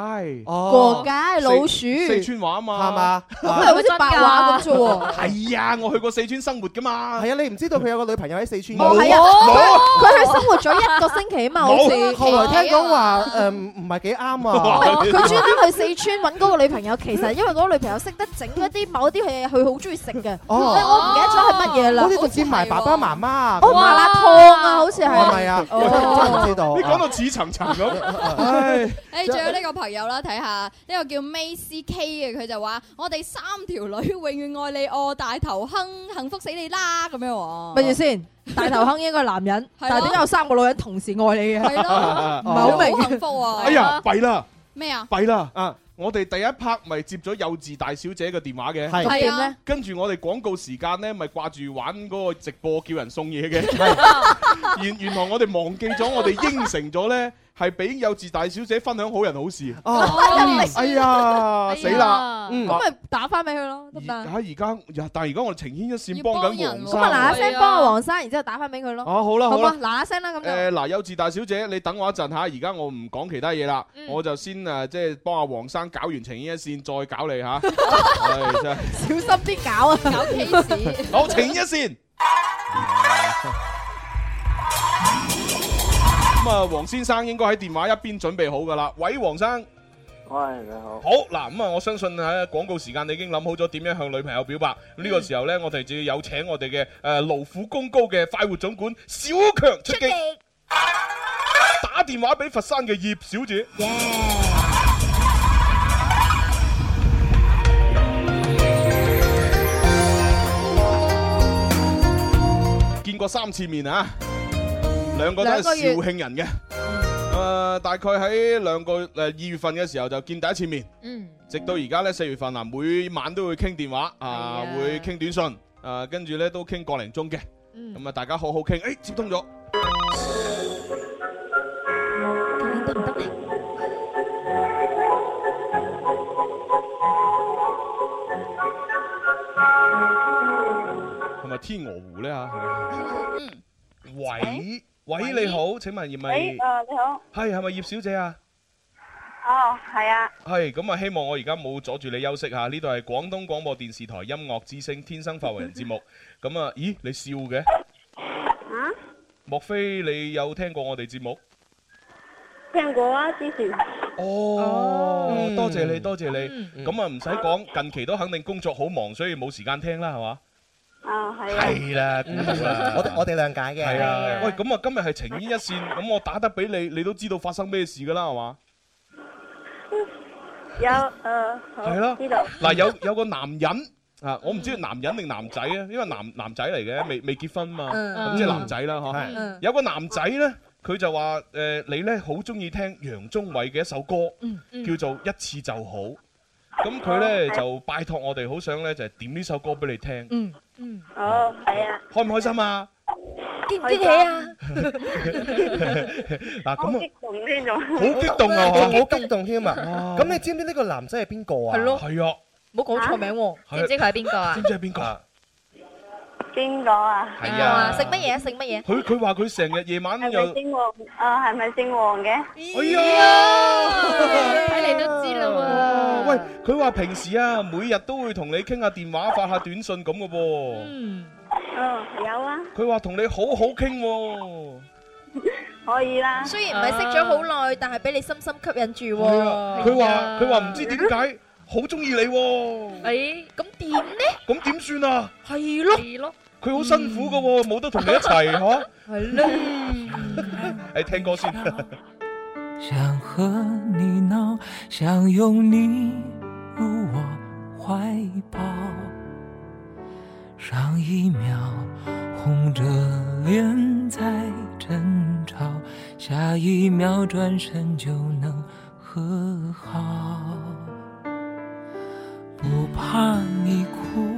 Speaker 18: 哦
Speaker 7: 過街老鼠
Speaker 5: 四四川話啊嘛，
Speaker 18: 係嘛
Speaker 7: 咁咪好似白話咁啫喎
Speaker 5: 係啊，我去過四川生活噶嘛，
Speaker 18: 係啊，你唔知道佢有個女朋友喺四川㗎。
Speaker 5: 冇係啊冇
Speaker 7: 哦佢去生活咗一個星期啊嘛，好似
Speaker 18: 冇後來聽講話誒唔唔係幾啱
Speaker 7: 唔
Speaker 18: 啊
Speaker 7: 係。哦佢專登去四川揾嗰個女朋友，其實因為嗰個女朋友識得整一啲某啲嘢，佢好中意食嘅，
Speaker 18: 哦
Speaker 7: 但係我唔記得咗係乜嘢啦。
Speaker 18: 好似仲接埋爸爸媽媽啊。
Speaker 7: 哦麻辣燙啊，好似係
Speaker 18: 係咪啊？
Speaker 7: 哦
Speaker 18: 真係唔知道。
Speaker 5: 你講到似層層 咁，唉，
Speaker 1: 誒，仲有呢個朋友啦，睇下呢個叫 May C K 嘅，佢就話：我哋三條女永遠愛你，我大頭哼，幸福死你啦咁樣喎。
Speaker 7: 咪住先，大頭坑應該係男人，
Speaker 1: 係咯
Speaker 7: 但係點解有三個女人同時愛你嘅？
Speaker 1: 係
Speaker 5: 咯
Speaker 7: 唔係好明。
Speaker 1: 好幸福啊！
Speaker 5: 哎呀，弊啦，
Speaker 1: 咩啊？
Speaker 5: 弊啦，啊！我哋第一 part 咪接咗幼稚大小姐嘅電話嘅，
Speaker 1: 係咁點呢
Speaker 5: 跟住我哋廣告時間咧，咪掛住玩嗰個直播叫人送嘢嘅。 原原來我哋忘記咗，我哋應承咗咧，係俾幼稚大小姐分享好人好事。
Speaker 7: 哦
Speaker 5: 哎呀，死啦！嗯
Speaker 7: 咁咪打翻俾佢咯，得唔得
Speaker 5: 而？
Speaker 7: 啊
Speaker 5: 家啊而家，呀但係而家我哋情牽一線幫緊黃
Speaker 7: 咁咪嗱嗱
Speaker 5: 生。啊
Speaker 7: 聲幫阿黃生，然之後打翻俾佢咯。
Speaker 5: 哦好啦
Speaker 7: 好
Speaker 5: 好啦
Speaker 7: 嘛，嗱嗱聲啦咁就。
Speaker 5: 誒嗱，幼稚大小姐，你等我一陣嚇，而家我唔講其他嘢啦，我就先誒即係幫阿黃生搞完情牽一線，再搞你嚇。係真係
Speaker 7: 小心啲搞啊！搞
Speaker 1: case
Speaker 5: 好，情一線。咁啊，黃先生應該喺電話一邊準備好噶啦。喂，黃生。
Speaker 16: 喂，你好。
Speaker 5: 好嗱，咁啊，我相信喺廣告時間你已經諗好咗點樣向女朋友表白。呢個時候呢，我哋就要有請我哋嘅誒勞苦功高嘅快活總管小強出擊，打電話俾佛山嘅葉小姐。見過三次面啊，兩個都係
Speaker 18: 兩個月
Speaker 5: 肇慶人嘅。誒、大概喺兩個誒二、月份嘅時候就見第一次面，
Speaker 7: 嗯，
Speaker 5: 直到而家咧四月份嗱，每晚都會傾電話啊，會傾短信啊，跟住咧都傾個零鐘嘅，咁啊、
Speaker 7: 嗯
Speaker 5: 大家好好傾，誒、哎接通咗，係咪天鵝湖咧嚇？喂喂，你好，請問葉咪
Speaker 13: 喂，
Speaker 9: 啊
Speaker 13: 誒你好，
Speaker 5: 係係咪葉小姐啊？
Speaker 13: 哦係啊，
Speaker 5: 係咁啊！希望我而家冇阻住你休息嚇，呢度係廣東廣播電視台音樂之聲《天生發為人》節目。咁啊，咦？你笑嘅？
Speaker 13: 啊
Speaker 5: 莫非你有聽過我哋節目？
Speaker 13: 聽過啊之前，
Speaker 5: 哦
Speaker 13: 嗯
Speaker 5: 多謝你，多謝你。咁啊，唔使講，近期都肯定工作好忙，所以冇時間聽啦，係嘛？
Speaker 13: 啊係啊，
Speaker 5: 係啦，估到啦。
Speaker 18: 我哋我哋諒解嘅。
Speaker 5: 係啊，喂，咁啊，今日係情牽一線，咁我打得俾你，你都知道發生咩事㗎啦，係嘛？
Speaker 13: 有誒
Speaker 5: 係
Speaker 13: 好
Speaker 5: 咯
Speaker 13: 知道，
Speaker 5: 嗱，有有個男人啊，我唔知係男人定男仔啊，因為男男仔嚟嘅，未未結婚嘛，
Speaker 18: 嗯
Speaker 5: 咁
Speaker 18: 嗯
Speaker 5: 即係男仔啦
Speaker 18: 係
Speaker 5: 嗬
Speaker 18: 嗯。
Speaker 5: 有個男仔咧，佢就話誒，你咧好中意聽楊宗緯嘅一首歌，
Speaker 18: 嗯
Speaker 5: 叫做《一次就好》。咁佢咧就拜託我哋，好想咧就係點呢首歌俾你聽，
Speaker 7: 嗯
Speaker 13: 嗯，哦係啊，
Speaker 5: 開唔開心啊？
Speaker 13: 激唔激氣啊？
Speaker 5: 嗱
Speaker 13: 好
Speaker 5: 咁啊
Speaker 13: 激，動添仲，
Speaker 5: 好激動啊！嗬
Speaker 18: 好激動添啊！咁你知唔知呢個男仔係邊個啊？
Speaker 13: 係咯
Speaker 5: 係啊，
Speaker 7: 冇講錯名喎。
Speaker 5: 係啊知唔知係邊個啊？
Speaker 13: 邊個啊？
Speaker 5: 係啊，
Speaker 7: 食乜嘢？食乜嘢？
Speaker 5: 佢佢話佢成日夜晚
Speaker 13: 係
Speaker 5: 又
Speaker 13: 咪。姓黃？啊係咪姓黃嘅？
Speaker 5: 哎呀，
Speaker 13: 睇嚟都知啦
Speaker 5: 喂，佢話平時啊，每日都會同你傾下電話、發下短信咁嘅噃。
Speaker 13: 喎。嗯，有啊，
Speaker 5: 佢話同你好好傾喎。
Speaker 13: 可以啦。
Speaker 7: 雖然唔係識咗好耐，但係俾你深深吸引住喎。
Speaker 5: 係啊，佢話佢話唔知點解好中意你喎。
Speaker 7: 誒，咁點呢？
Speaker 5: 咁點算啊？
Speaker 7: 係咯，係咯，
Speaker 5: 佢好辛苦噶喎，冇得同你一 齊嚇。
Speaker 7: 係 咯。
Speaker 5: 誒，聽歌先。
Speaker 19: 想和你闹，想拥你入我怀抱，上一秒红着脸在争吵，下一秒转身就能和好。不怕你哭，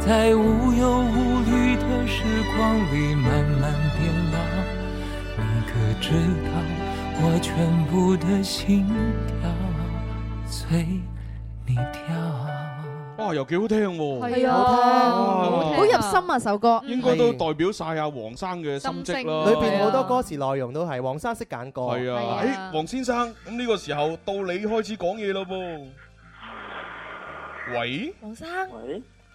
Speaker 19: 在无忧无虑的时光里慢慢变老。你可知道，我全部的心跳随你跳。
Speaker 5: 哇，又幾好聽喎。
Speaker 7: 係啊好聽好入心啊首歌。
Speaker 5: 應該都代表晒阿黃生嘅心跡啦。
Speaker 18: 裏邊好多歌詞內容都係黃生識揀歌。
Speaker 5: 係啊，誒，黃先生，咁呢個時候到你開始講嘢咯噃。喂，
Speaker 7: 黃生，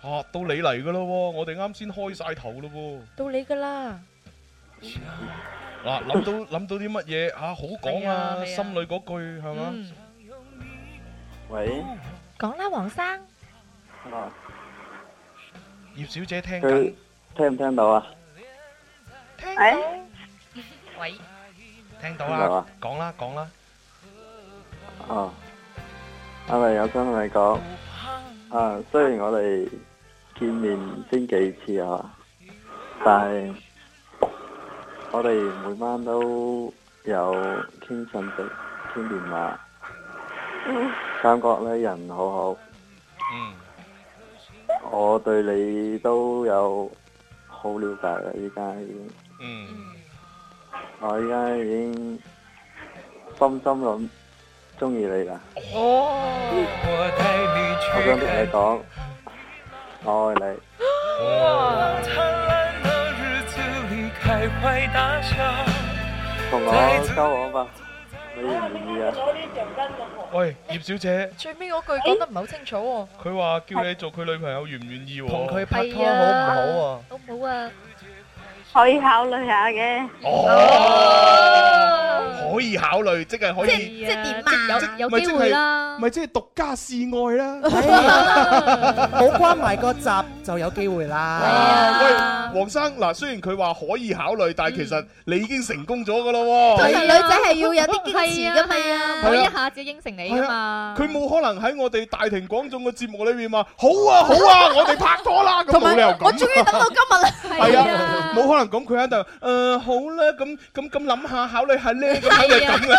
Speaker 5: 嚇，到你嚟噶咯喎，我哋啱先開晒頭咯喎。
Speaker 7: 到你噶啦。
Speaker 5: 嗱，諗到諗到啲乜嘢嚇好講
Speaker 7: 係啊係
Speaker 5: 啊，
Speaker 7: 啊
Speaker 5: 心裏嗰句係嘛？
Speaker 16: 喂，
Speaker 7: 講啦，黃生。
Speaker 16: 啊，
Speaker 5: 葉小姐聽緊
Speaker 16: 佢，聽唔聽到啊？
Speaker 7: 聽到。
Speaker 10: 喂，
Speaker 16: 聽
Speaker 5: 聽到
Speaker 16: 到
Speaker 5: 啦
Speaker 16: 啊，
Speaker 5: 講啦講啦。
Speaker 16: 哦，阿黎有想同你講，啊，雖然我哋見面先幾次啊，但係我哋每晚都有傾信息、傾電話，感覺咧人好好。嗯，我對你都有好了解啦，依家已經。
Speaker 5: 嗯，
Speaker 16: 我依家已經深深咁中意你啦。
Speaker 19: 我带你
Speaker 16: 我想同你講，我愛你。
Speaker 19: 开怀大笑，
Speaker 16: 同我交往吧，你願唔
Speaker 5: Dạ.
Speaker 16: 願意啊？
Speaker 5: 喂，葉小姐，
Speaker 7: 最尾嗰句講得唔係好清楚喎。
Speaker 5: 佢話叫你做佢女朋友，願唔願意喎？
Speaker 18: 同佢拍拖
Speaker 7: 係
Speaker 18: 好唔
Speaker 7: 啊
Speaker 18: 好啊？
Speaker 7: 好唔好啊？
Speaker 13: 可以考慮下嘅。
Speaker 5: 可以考慮，即係可以。
Speaker 7: 即係點啊？有
Speaker 5: 咪即係
Speaker 7: 啦。
Speaker 5: 咪即係獨家示愛啦。
Speaker 18: 冇關埋個閘就有機會啦。
Speaker 5: 啊喂，黃生嗱，雖然佢話可以考慮，但係其實你已經成功咗噶
Speaker 1: 啊
Speaker 5: 咯
Speaker 7: 通常
Speaker 5: 喎。
Speaker 7: 女仔係要有啲堅持
Speaker 10: 係
Speaker 7: 噶
Speaker 10: 啊
Speaker 7: 嘛，
Speaker 5: 係啊唔可以一
Speaker 7: 下子應承你
Speaker 5: 㗎
Speaker 7: 嘛
Speaker 5: 佢冇可能喺我哋大庭廣眾嘅節目裏面話好啊好啊，我哋拍拖啦咁
Speaker 7: 同
Speaker 5: 冇
Speaker 7: 埋
Speaker 5: 理由咁。
Speaker 7: 我終於等到今日啦。
Speaker 5: 係啊，冇可能咁佢喺度誒好啦，咁咁咁諗下考慮下咧，咁考慮咁啦。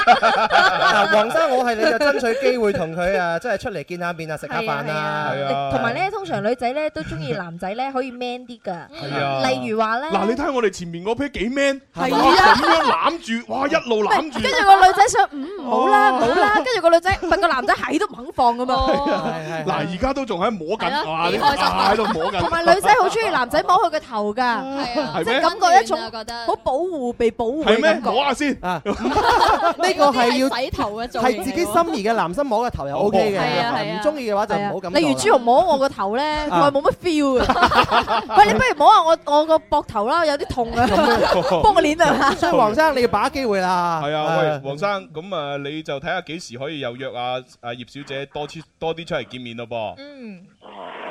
Speaker 18: 嗱，黃生，我係你就爭取機會同佢 啊，即係出嚟見下面啊，食下飯啊。
Speaker 5: 係啊
Speaker 7: 同埋咧，通常女仔咧都中意男仔咧可以 man 啲噶。
Speaker 5: 係啊
Speaker 7: 例如話咧，
Speaker 5: 嗱，你睇下我哋前面嗰 pair 幾 man，哇
Speaker 7: 係啊
Speaker 5: 咁樣攬住，哇一路攬住
Speaker 7: 跟。住個女仔想嗯唔好啦，唔好啦，跟住個女仔問個男仔係都唔肯放噶嘛。
Speaker 5: 嗱，而家都仲喺摸緊，
Speaker 7: 係咯
Speaker 5: 哇！
Speaker 7: 幾
Speaker 5: 你
Speaker 7: 開心
Speaker 5: 啊喺度摸緊。
Speaker 7: 同埋女仔好中意男仔摸佢個頭㗎，
Speaker 5: 係
Speaker 7: 即
Speaker 5: 咩
Speaker 7: 係感覺一種好保護被保護
Speaker 5: 係咩
Speaker 7: 嘅感？覺。
Speaker 5: 摸下先。
Speaker 18: 呢個係要
Speaker 1: 洗頭嘅做嘢
Speaker 18: 係自己心儀嘅男生摸個頭又 OK 嘅，
Speaker 7: 係啊係啊
Speaker 18: 唔中意嘅話就唔好咁做啦。
Speaker 7: 例如朱紅摸我個頭咧，我係冇乜 feel 嘅。喂，你不如摸下我我個膊頭啦，有啲痛 啊，幫我捏啊。
Speaker 18: 所以黃生你要把握機會 啦。
Speaker 5: 係啊，喂，黃生，咁啊，你就啊睇下幾時可以又約阿阿葉小姐多次多啲出嚟見面咯噃。
Speaker 7: 嗯，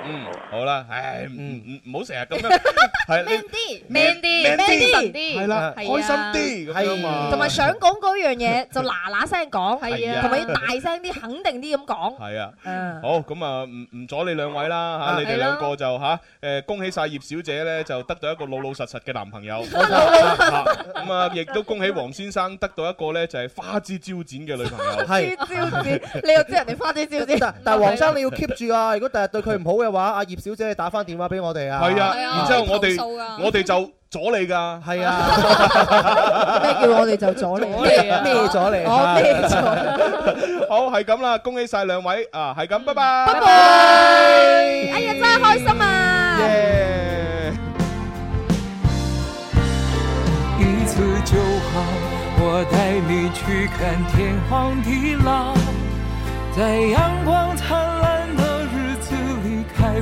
Speaker 5: 嗯，好啦，唉，唔唔唔好成日咁樣， 係你
Speaker 7: man 啲
Speaker 5: man
Speaker 7: 精神啲
Speaker 5: 係啦，
Speaker 7: 係啊
Speaker 5: 開心啲咁樣嘛，
Speaker 7: 同埋想講嗰樣嘢就嗱嗱聲講，
Speaker 5: 係啊
Speaker 7: 同埋要大聲啲、肯定啲咁講。
Speaker 5: 係啊。
Speaker 7: 嗯
Speaker 5: 好，咁啊，唔唔阻你兩位啦
Speaker 7: 啊
Speaker 5: 嚇，你哋
Speaker 7: 係
Speaker 5: 兩
Speaker 7: 啦
Speaker 5: 個就嚇誒，恭喜晒葉小姐咧，就得到一個老老實實嘅男朋友。
Speaker 7: 老
Speaker 5: 實咁啊，亦都恭喜黃先生得到一個咧就係花枝招展嘅女朋 友。
Speaker 18: 係
Speaker 7: 招展，你又知人哋花啲招展。
Speaker 18: 但係黃生你 要 keep 住啊！如果第日對佢唔好嘅話，阿葉小姐你打翻電話俾我哋啊！
Speaker 5: 係啊，然之後我哋我哋就阻你㗎。
Speaker 18: 係啊。
Speaker 7: 咩叫我哋就阻你？
Speaker 18: 咩阻你
Speaker 7: 我咩 阻？
Speaker 5: 好，係咁啦，恭喜晒兩位啊，係咁，拜拜。
Speaker 7: 拜拜。哎呀，真係開心啊！
Speaker 19: 一次就好，我带你去看天荒地老，在阳光灿烂的日子里开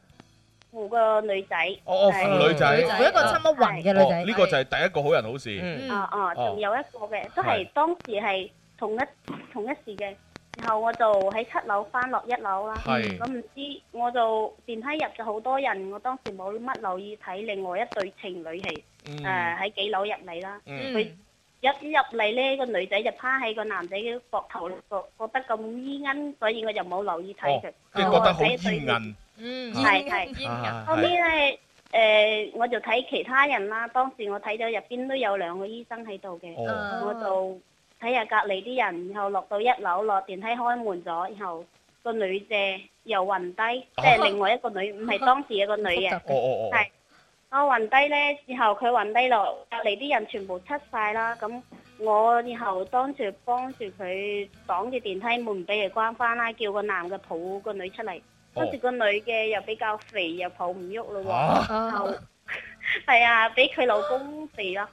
Speaker 13: 扶個女仔。
Speaker 5: 哦哦，
Speaker 13: 係
Speaker 5: 扶女仔，哦
Speaker 13: 扶一個親屋
Speaker 5: 雲
Speaker 13: 嘅女仔
Speaker 5: 呢個就係第一個好人好事。
Speaker 13: 啊啊，仲有一個嘅，都係
Speaker 5: 哦係
Speaker 13: 當時係同一同一時嘅。然後我就喺七樓翻落一樓啦。
Speaker 5: 係
Speaker 13: 咁唔知我就電梯入咗好多人，我當時冇乜留意睇另外一對情侶係
Speaker 15: 嗯
Speaker 13: 誒喺幾樓入嚟啦。
Speaker 15: 嗯
Speaker 13: 佢一入嚟呢，個女仔就趴喺個男仔嘅膊頭度，覺覺得咁煙韌，所以我就冇留意睇
Speaker 5: 哦
Speaker 13: 佢。，
Speaker 5: 即係覺得好煙韌。
Speaker 13: 嗯，係係。
Speaker 5: 啊
Speaker 13: 後尾咧，誒、我就睇其他人啦。當時我睇到入邊都有兩個醫生喺度嘅，
Speaker 15: 哦
Speaker 13: 我就睇下隔離啲人，然後落到一樓落電梯開門咗，然後個女嘅又暈低，即係另外一個女，唔係當時嘅個女嘅，
Speaker 15: 哦哦哦
Speaker 13: 係。我暈低咧，之後佢暈低落，隔離啲人全部出晒啦。咁我然後當住幫住佢擋住電梯門，唔俾佢關翻啦，叫個男嘅抱個女出嚟。
Speaker 15: 哦
Speaker 13: 跟住個女嘅又比較肥，又抱唔喐咯
Speaker 15: 啊
Speaker 13: 喎。然後 係啊，俾佢老公肥 咯。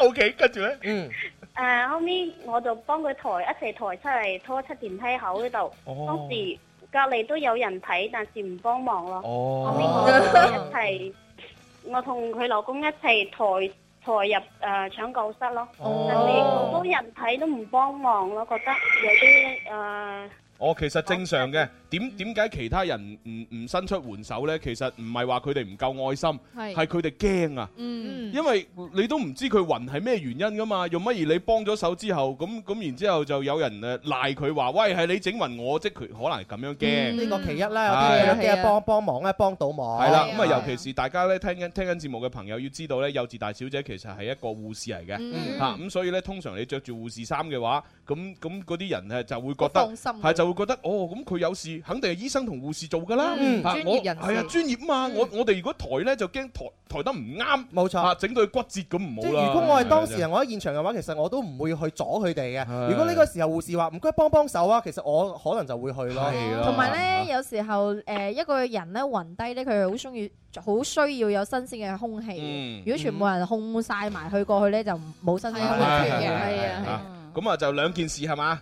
Speaker 5: O K，跟住咧，嗯，
Speaker 13: 誒後尾我就幫佢抬一齊抬出嚟，拖出電梯口嗰度。
Speaker 15: 哦
Speaker 13: 當時隔離都有人睇，但是唔幫忙咯。
Speaker 15: 哦
Speaker 13: 後尾我同佢一齊，我同佢老公一齊抬抬入誒、呃、搶救室咯。
Speaker 15: 哦
Speaker 13: 但係好多人睇都唔幫忙咯，覺得有啲誒。呃
Speaker 5: 哦，其實正常
Speaker 13: 嗯
Speaker 5: 嘅。點點解其他人唔唔伸出援手呢？其實唔係話佢哋唔夠愛心，
Speaker 13: 係
Speaker 5: 係佢哋驚啊。
Speaker 13: 嗯
Speaker 5: 因為你都唔知佢暈係咩原因噶嘛，用乜而你幫咗手之後，咁咁然之後就有人誒賴佢話，喂係你整暈我，即係佢可能係咁樣
Speaker 7: 嗯
Speaker 5: 驚。
Speaker 6: 嗯
Speaker 18: 呢個其一啦，有
Speaker 5: 係
Speaker 7: 啊
Speaker 18: 啲有啲
Speaker 5: 係
Speaker 18: 係幫幫忙咧，幫到
Speaker 6: 哦
Speaker 18: 忙。
Speaker 5: 係啦，咁啊，尤其是大家咧聽緊聽緊節目嘅朋友，要知道咧，幼稚大小姐其實係一個護士嚟嘅，
Speaker 18: 嗯
Speaker 5: 嚇咁所以咧，通常你着住護士衫嘅話，咁咁嗰啲人咧就會覺得
Speaker 18: 好放心
Speaker 5: 係就會覺得哦，咁佢有事肯定係醫生同護士做㗎啦，
Speaker 18: 嗯
Speaker 5: 嚇
Speaker 18: 專業
Speaker 5: 我
Speaker 18: 人士
Speaker 5: 係啊專業嘛，我我哋如果抬咧就驚抬抬得唔啱，啊
Speaker 18: 冇錯，
Speaker 5: 整到佢骨折咁唔
Speaker 18: 即係
Speaker 5: 好啦。
Speaker 18: 如果我係當事
Speaker 5: 係啊
Speaker 18: 人，我喺現場嘅話，其實我都唔會去阻佢哋嘅。如果呢個時候護士話唔該幫幫手啊，其實我可能就會去咯。
Speaker 5: 係
Speaker 7: 同埋
Speaker 5: 啊
Speaker 7: 咧，有時候誒、呃一個人咧暈低咧，佢係好中意、好需要有新鮮嘅空氣嘅。
Speaker 5: 嗯
Speaker 7: 如果全部人控晒埋去過去咧，就唔冇新鮮空氣
Speaker 5: 嗯
Speaker 7: 嘅。係啊，係啊。
Speaker 5: 啊，咁啊就兩件事係嘛？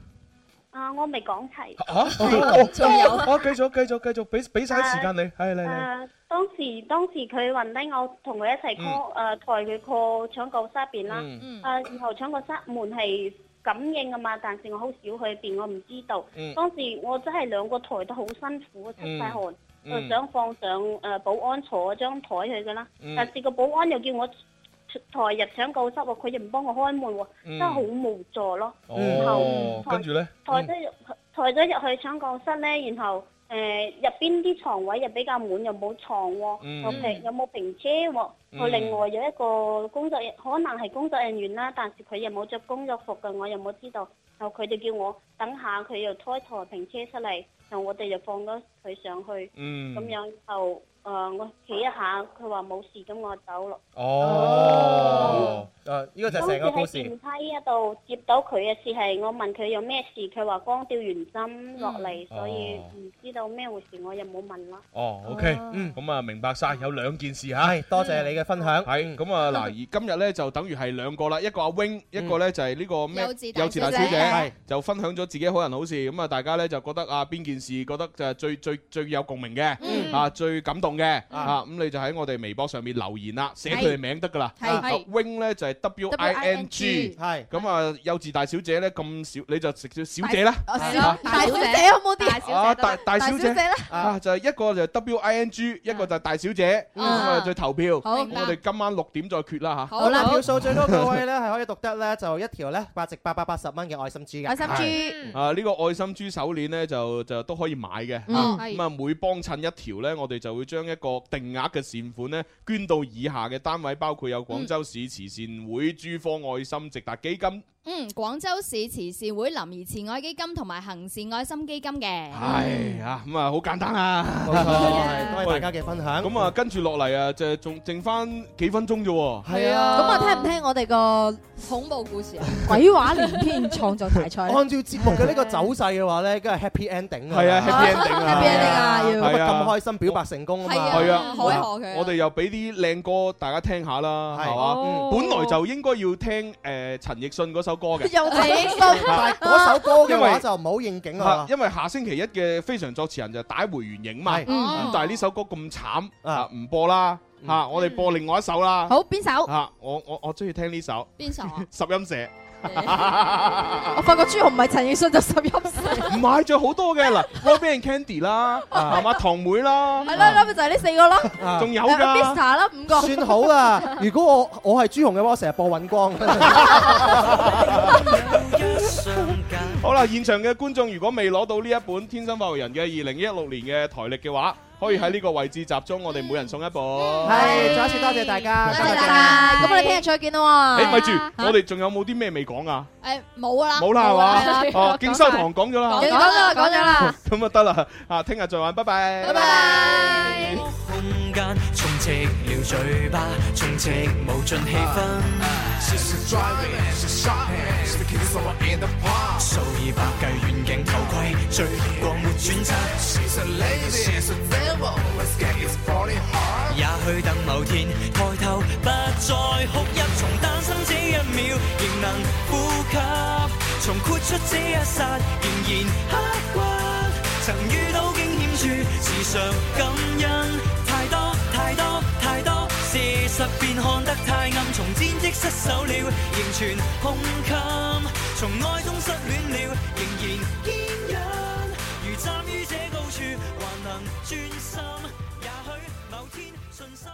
Speaker 13: 啊！我未講齊。
Speaker 5: 嚇，
Speaker 13: 哦仲有
Speaker 5: 我繼續繼續繼續，俾俾晒時間你，係嚟嚟。
Speaker 13: 誒，當時當時佢暈低，我同佢一齊 call
Speaker 5: 嗯
Speaker 13: 誒抬佢 call 搶救室入邊啦。
Speaker 15: 嗯
Speaker 13: 誒，然後搶救室門係感應噶嘛，但是我好少去入邊，我唔知道
Speaker 15: 嗯。
Speaker 13: 當時我真係兩個抬得好辛苦，啊出晒汗，
Speaker 15: 嗯
Speaker 13: 我想放上誒保安坐張台佢噶啦
Speaker 15: 嗯，
Speaker 13: 但是個保安又叫我出抬入搶救室喎，佢又唔幫我開門喎，
Speaker 5: 嗯
Speaker 13: 真係好無助咯。然後
Speaker 5: 哦，跟住咧，
Speaker 13: 抬咗入抬咗入去搶救室咧，然後誒入邊啲床位又比較滿，又冇床喎，
Speaker 15: 嗯
Speaker 13: 又平又冇平車喎。我另外有一個工作人，可能係工作人員啦，但是佢又冇着工作服嘅，我又冇知道。然後佢哋叫我等下，佢又開台平車出嚟，然後我哋就放咗佢上去。
Speaker 5: 嗯
Speaker 13: 咁樣就誒、我企一下，佢話冇事，咁我走咯。
Speaker 18: 哦，誒呢個就係成個故
Speaker 13: 當時
Speaker 18: 事
Speaker 13: 喺。電梯嗰度接到佢嘅事係，我問佢有咩事，佢話光吊完針落嚟，
Speaker 18: 嗯
Speaker 13: 所以唔知道咩回事，我又冇問啦。
Speaker 5: 哦，OK，嗯，咁啊明白晒，有兩件事嚇，
Speaker 18: 多謝你嘅分享。
Speaker 5: 係，咁啊嗱， 而今日咧就等於係兩個啦，一個阿 wing，一個咧就係呢個咩
Speaker 18: 幼稚大小姐
Speaker 5: 小
Speaker 18: 係
Speaker 5: 姐，就分享咗自己好人好事，咁啊大家咧就覺得啊邊件事覺得就係最最最有共鳴嘅，啊最感動嘅，啊咁你就喺我哋微博上面留言啦，寫佢哋名得噶啦。
Speaker 18: 係
Speaker 5: 啊
Speaker 18: 係
Speaker 5: wing 咧就係 W I N G，à,
Speaker 18: 係
Speaker 5: 咁啊幼稚大小姐咧咁少，你就直接小姐啦，啊
Speaker 7: 大小姐好冇啲？
Speaker 5: 啊，大大小姐
Speaker 7: 啦。
Speaker 5: 啊，就係一個就 W I N G，一個就係大小姐，咁
Speaker 18: 嗯
Speaker 5: 啊再投票。
Speaker 18: 好
Speaker 5: 咁我哋今晚六點再決啦吓。
Speaker 18: 好啦，票數最高嗰位咧係可以讀得咧就一條咧價值八百八十蚊嘅愛心豬嘅。
Speaker 5: 係 啊！呢個愛心珠手鏈呢，就就都可以買嘅。
Speaker 18: 嗯
Speaker 5: 啊
Speaker 18: 係
Speaker 5: 咁啊，每幫襯一條呢，我哋就會將一個定額嘅善款呢，捐到以下嘅單位，包括有廣州市慈善會珠科愛心直達基金。
Speaker 1: 嗯，廣州市慈善會林兒慈愛基金同埋行善愛心基金嘅。
Speaker 5: 係啊，咁啊，好簡單啊。
Speaker 18: 冇錯係多謝大家嘅分享。
Speaker 5: 咁啊，跟住落嚟啊，就仲剩翻幾分鐘啫喎。
Speaker 18: 係
Speaker 7: 咁啊，聽唔聽我哋個
Speaker 1: 恐怖故事啊？
Speaker 7: 鬼話連篇創作 大賽？
Speaker 18: 按照節目嘅呢個走勢嘅話咧，梗係 happy ending 啊！
Speaker 5: 係啊，happy ending 啊
Speaker 18: happy ending
Speaker 5: 係啊
Speaker 18: 咁開心表白成功啊嘛，
Speaker 5: 係啊，我哋又俾啲靚歌大家聽下啦，係
Speaker 18: 哦
Speaker 5: 嘛？本來就應該要聽誒陳奕迅嗰首 歌 嘅，
Speaker 18: 又陳奕迅
Speaker 5: 係
Speaker 18: 但係嗰首歌嘅
Speaker 5: 因為
Speaker 18: 話就唔好應景
Speaker 5: 啊
Speaker 18: 啊，
Speaker 5: 因為下星期一嘅非常作詞人就打回原形嘛，
Speaker 18: 係嗯
Speaker 5: 咁但係呢首歌咁慘啊，唔播啦嚇，我哋播另外一首啦。
Speaker 7: 好邊首
Speaker 5: 啊，我我我中意聽呢首
Speaker 1: 邊首啊？
Speaker 5: 十音社。
Speaker 7: 我發覺朱紅唔係陳 奕迅就十音社。
Speaker 5: 買咗好多嘅嗱，Robin Candy 啦，係嘛堂妹啦，
Speaker 7: 係啦，咁咪就係呢四個咯。
Speaker 5: 仲有
Speaker 7: 誒
Speaker 5: 㗎
Speaker 7: ，Mr 啦，五個。
Speaker 18: 啊算好啊 啦。如果我我係朱紅嘅話，我成日播尹光。啊
Speaker 5: 好啦，現場嘅觀眾如果未攞到呢一本《天生發育人》嘅二零一六年嘅台歷嘅話，可以喺呢個位置集中，我哋每人送一本。
Speaker 18: 係，再一次多謝大家，多謝大
Speaker 7: 家。咁我哋聽日再見啦喎。
Speaker 5: 誒，咪住，我哋仲有冇啲咩未講啊？
Speaker 1: 誒啊冇啦，
Speaker 5: 冇啦，
Speaker 1: 係啦
Speaker 5: 係嘛？哦，敬修堂講咗啦，
Speaker 1: 講咗啦講咗啦，
Speaker 5: 咁啊得啦，啊，聽日再玩，拜拜。拜拜。
Speaker 4: 空間充斥了嘴巴，充斥無盡氣氛。數以百計遠鏡頭盔，最光沒轉側。也許等某天抬頭，不再哭泣，從誕生這一秒仍能呼吸，從豁出這一剎仍然刻骨。曾遇到驚險處，時常感恩，太多太多太多，事實便看得太暗，從戰績失手了，仍存胸襟，從愛中失戀了，仍然堅忍。如 dạ 站於這高處，還能專心。也許某天信心。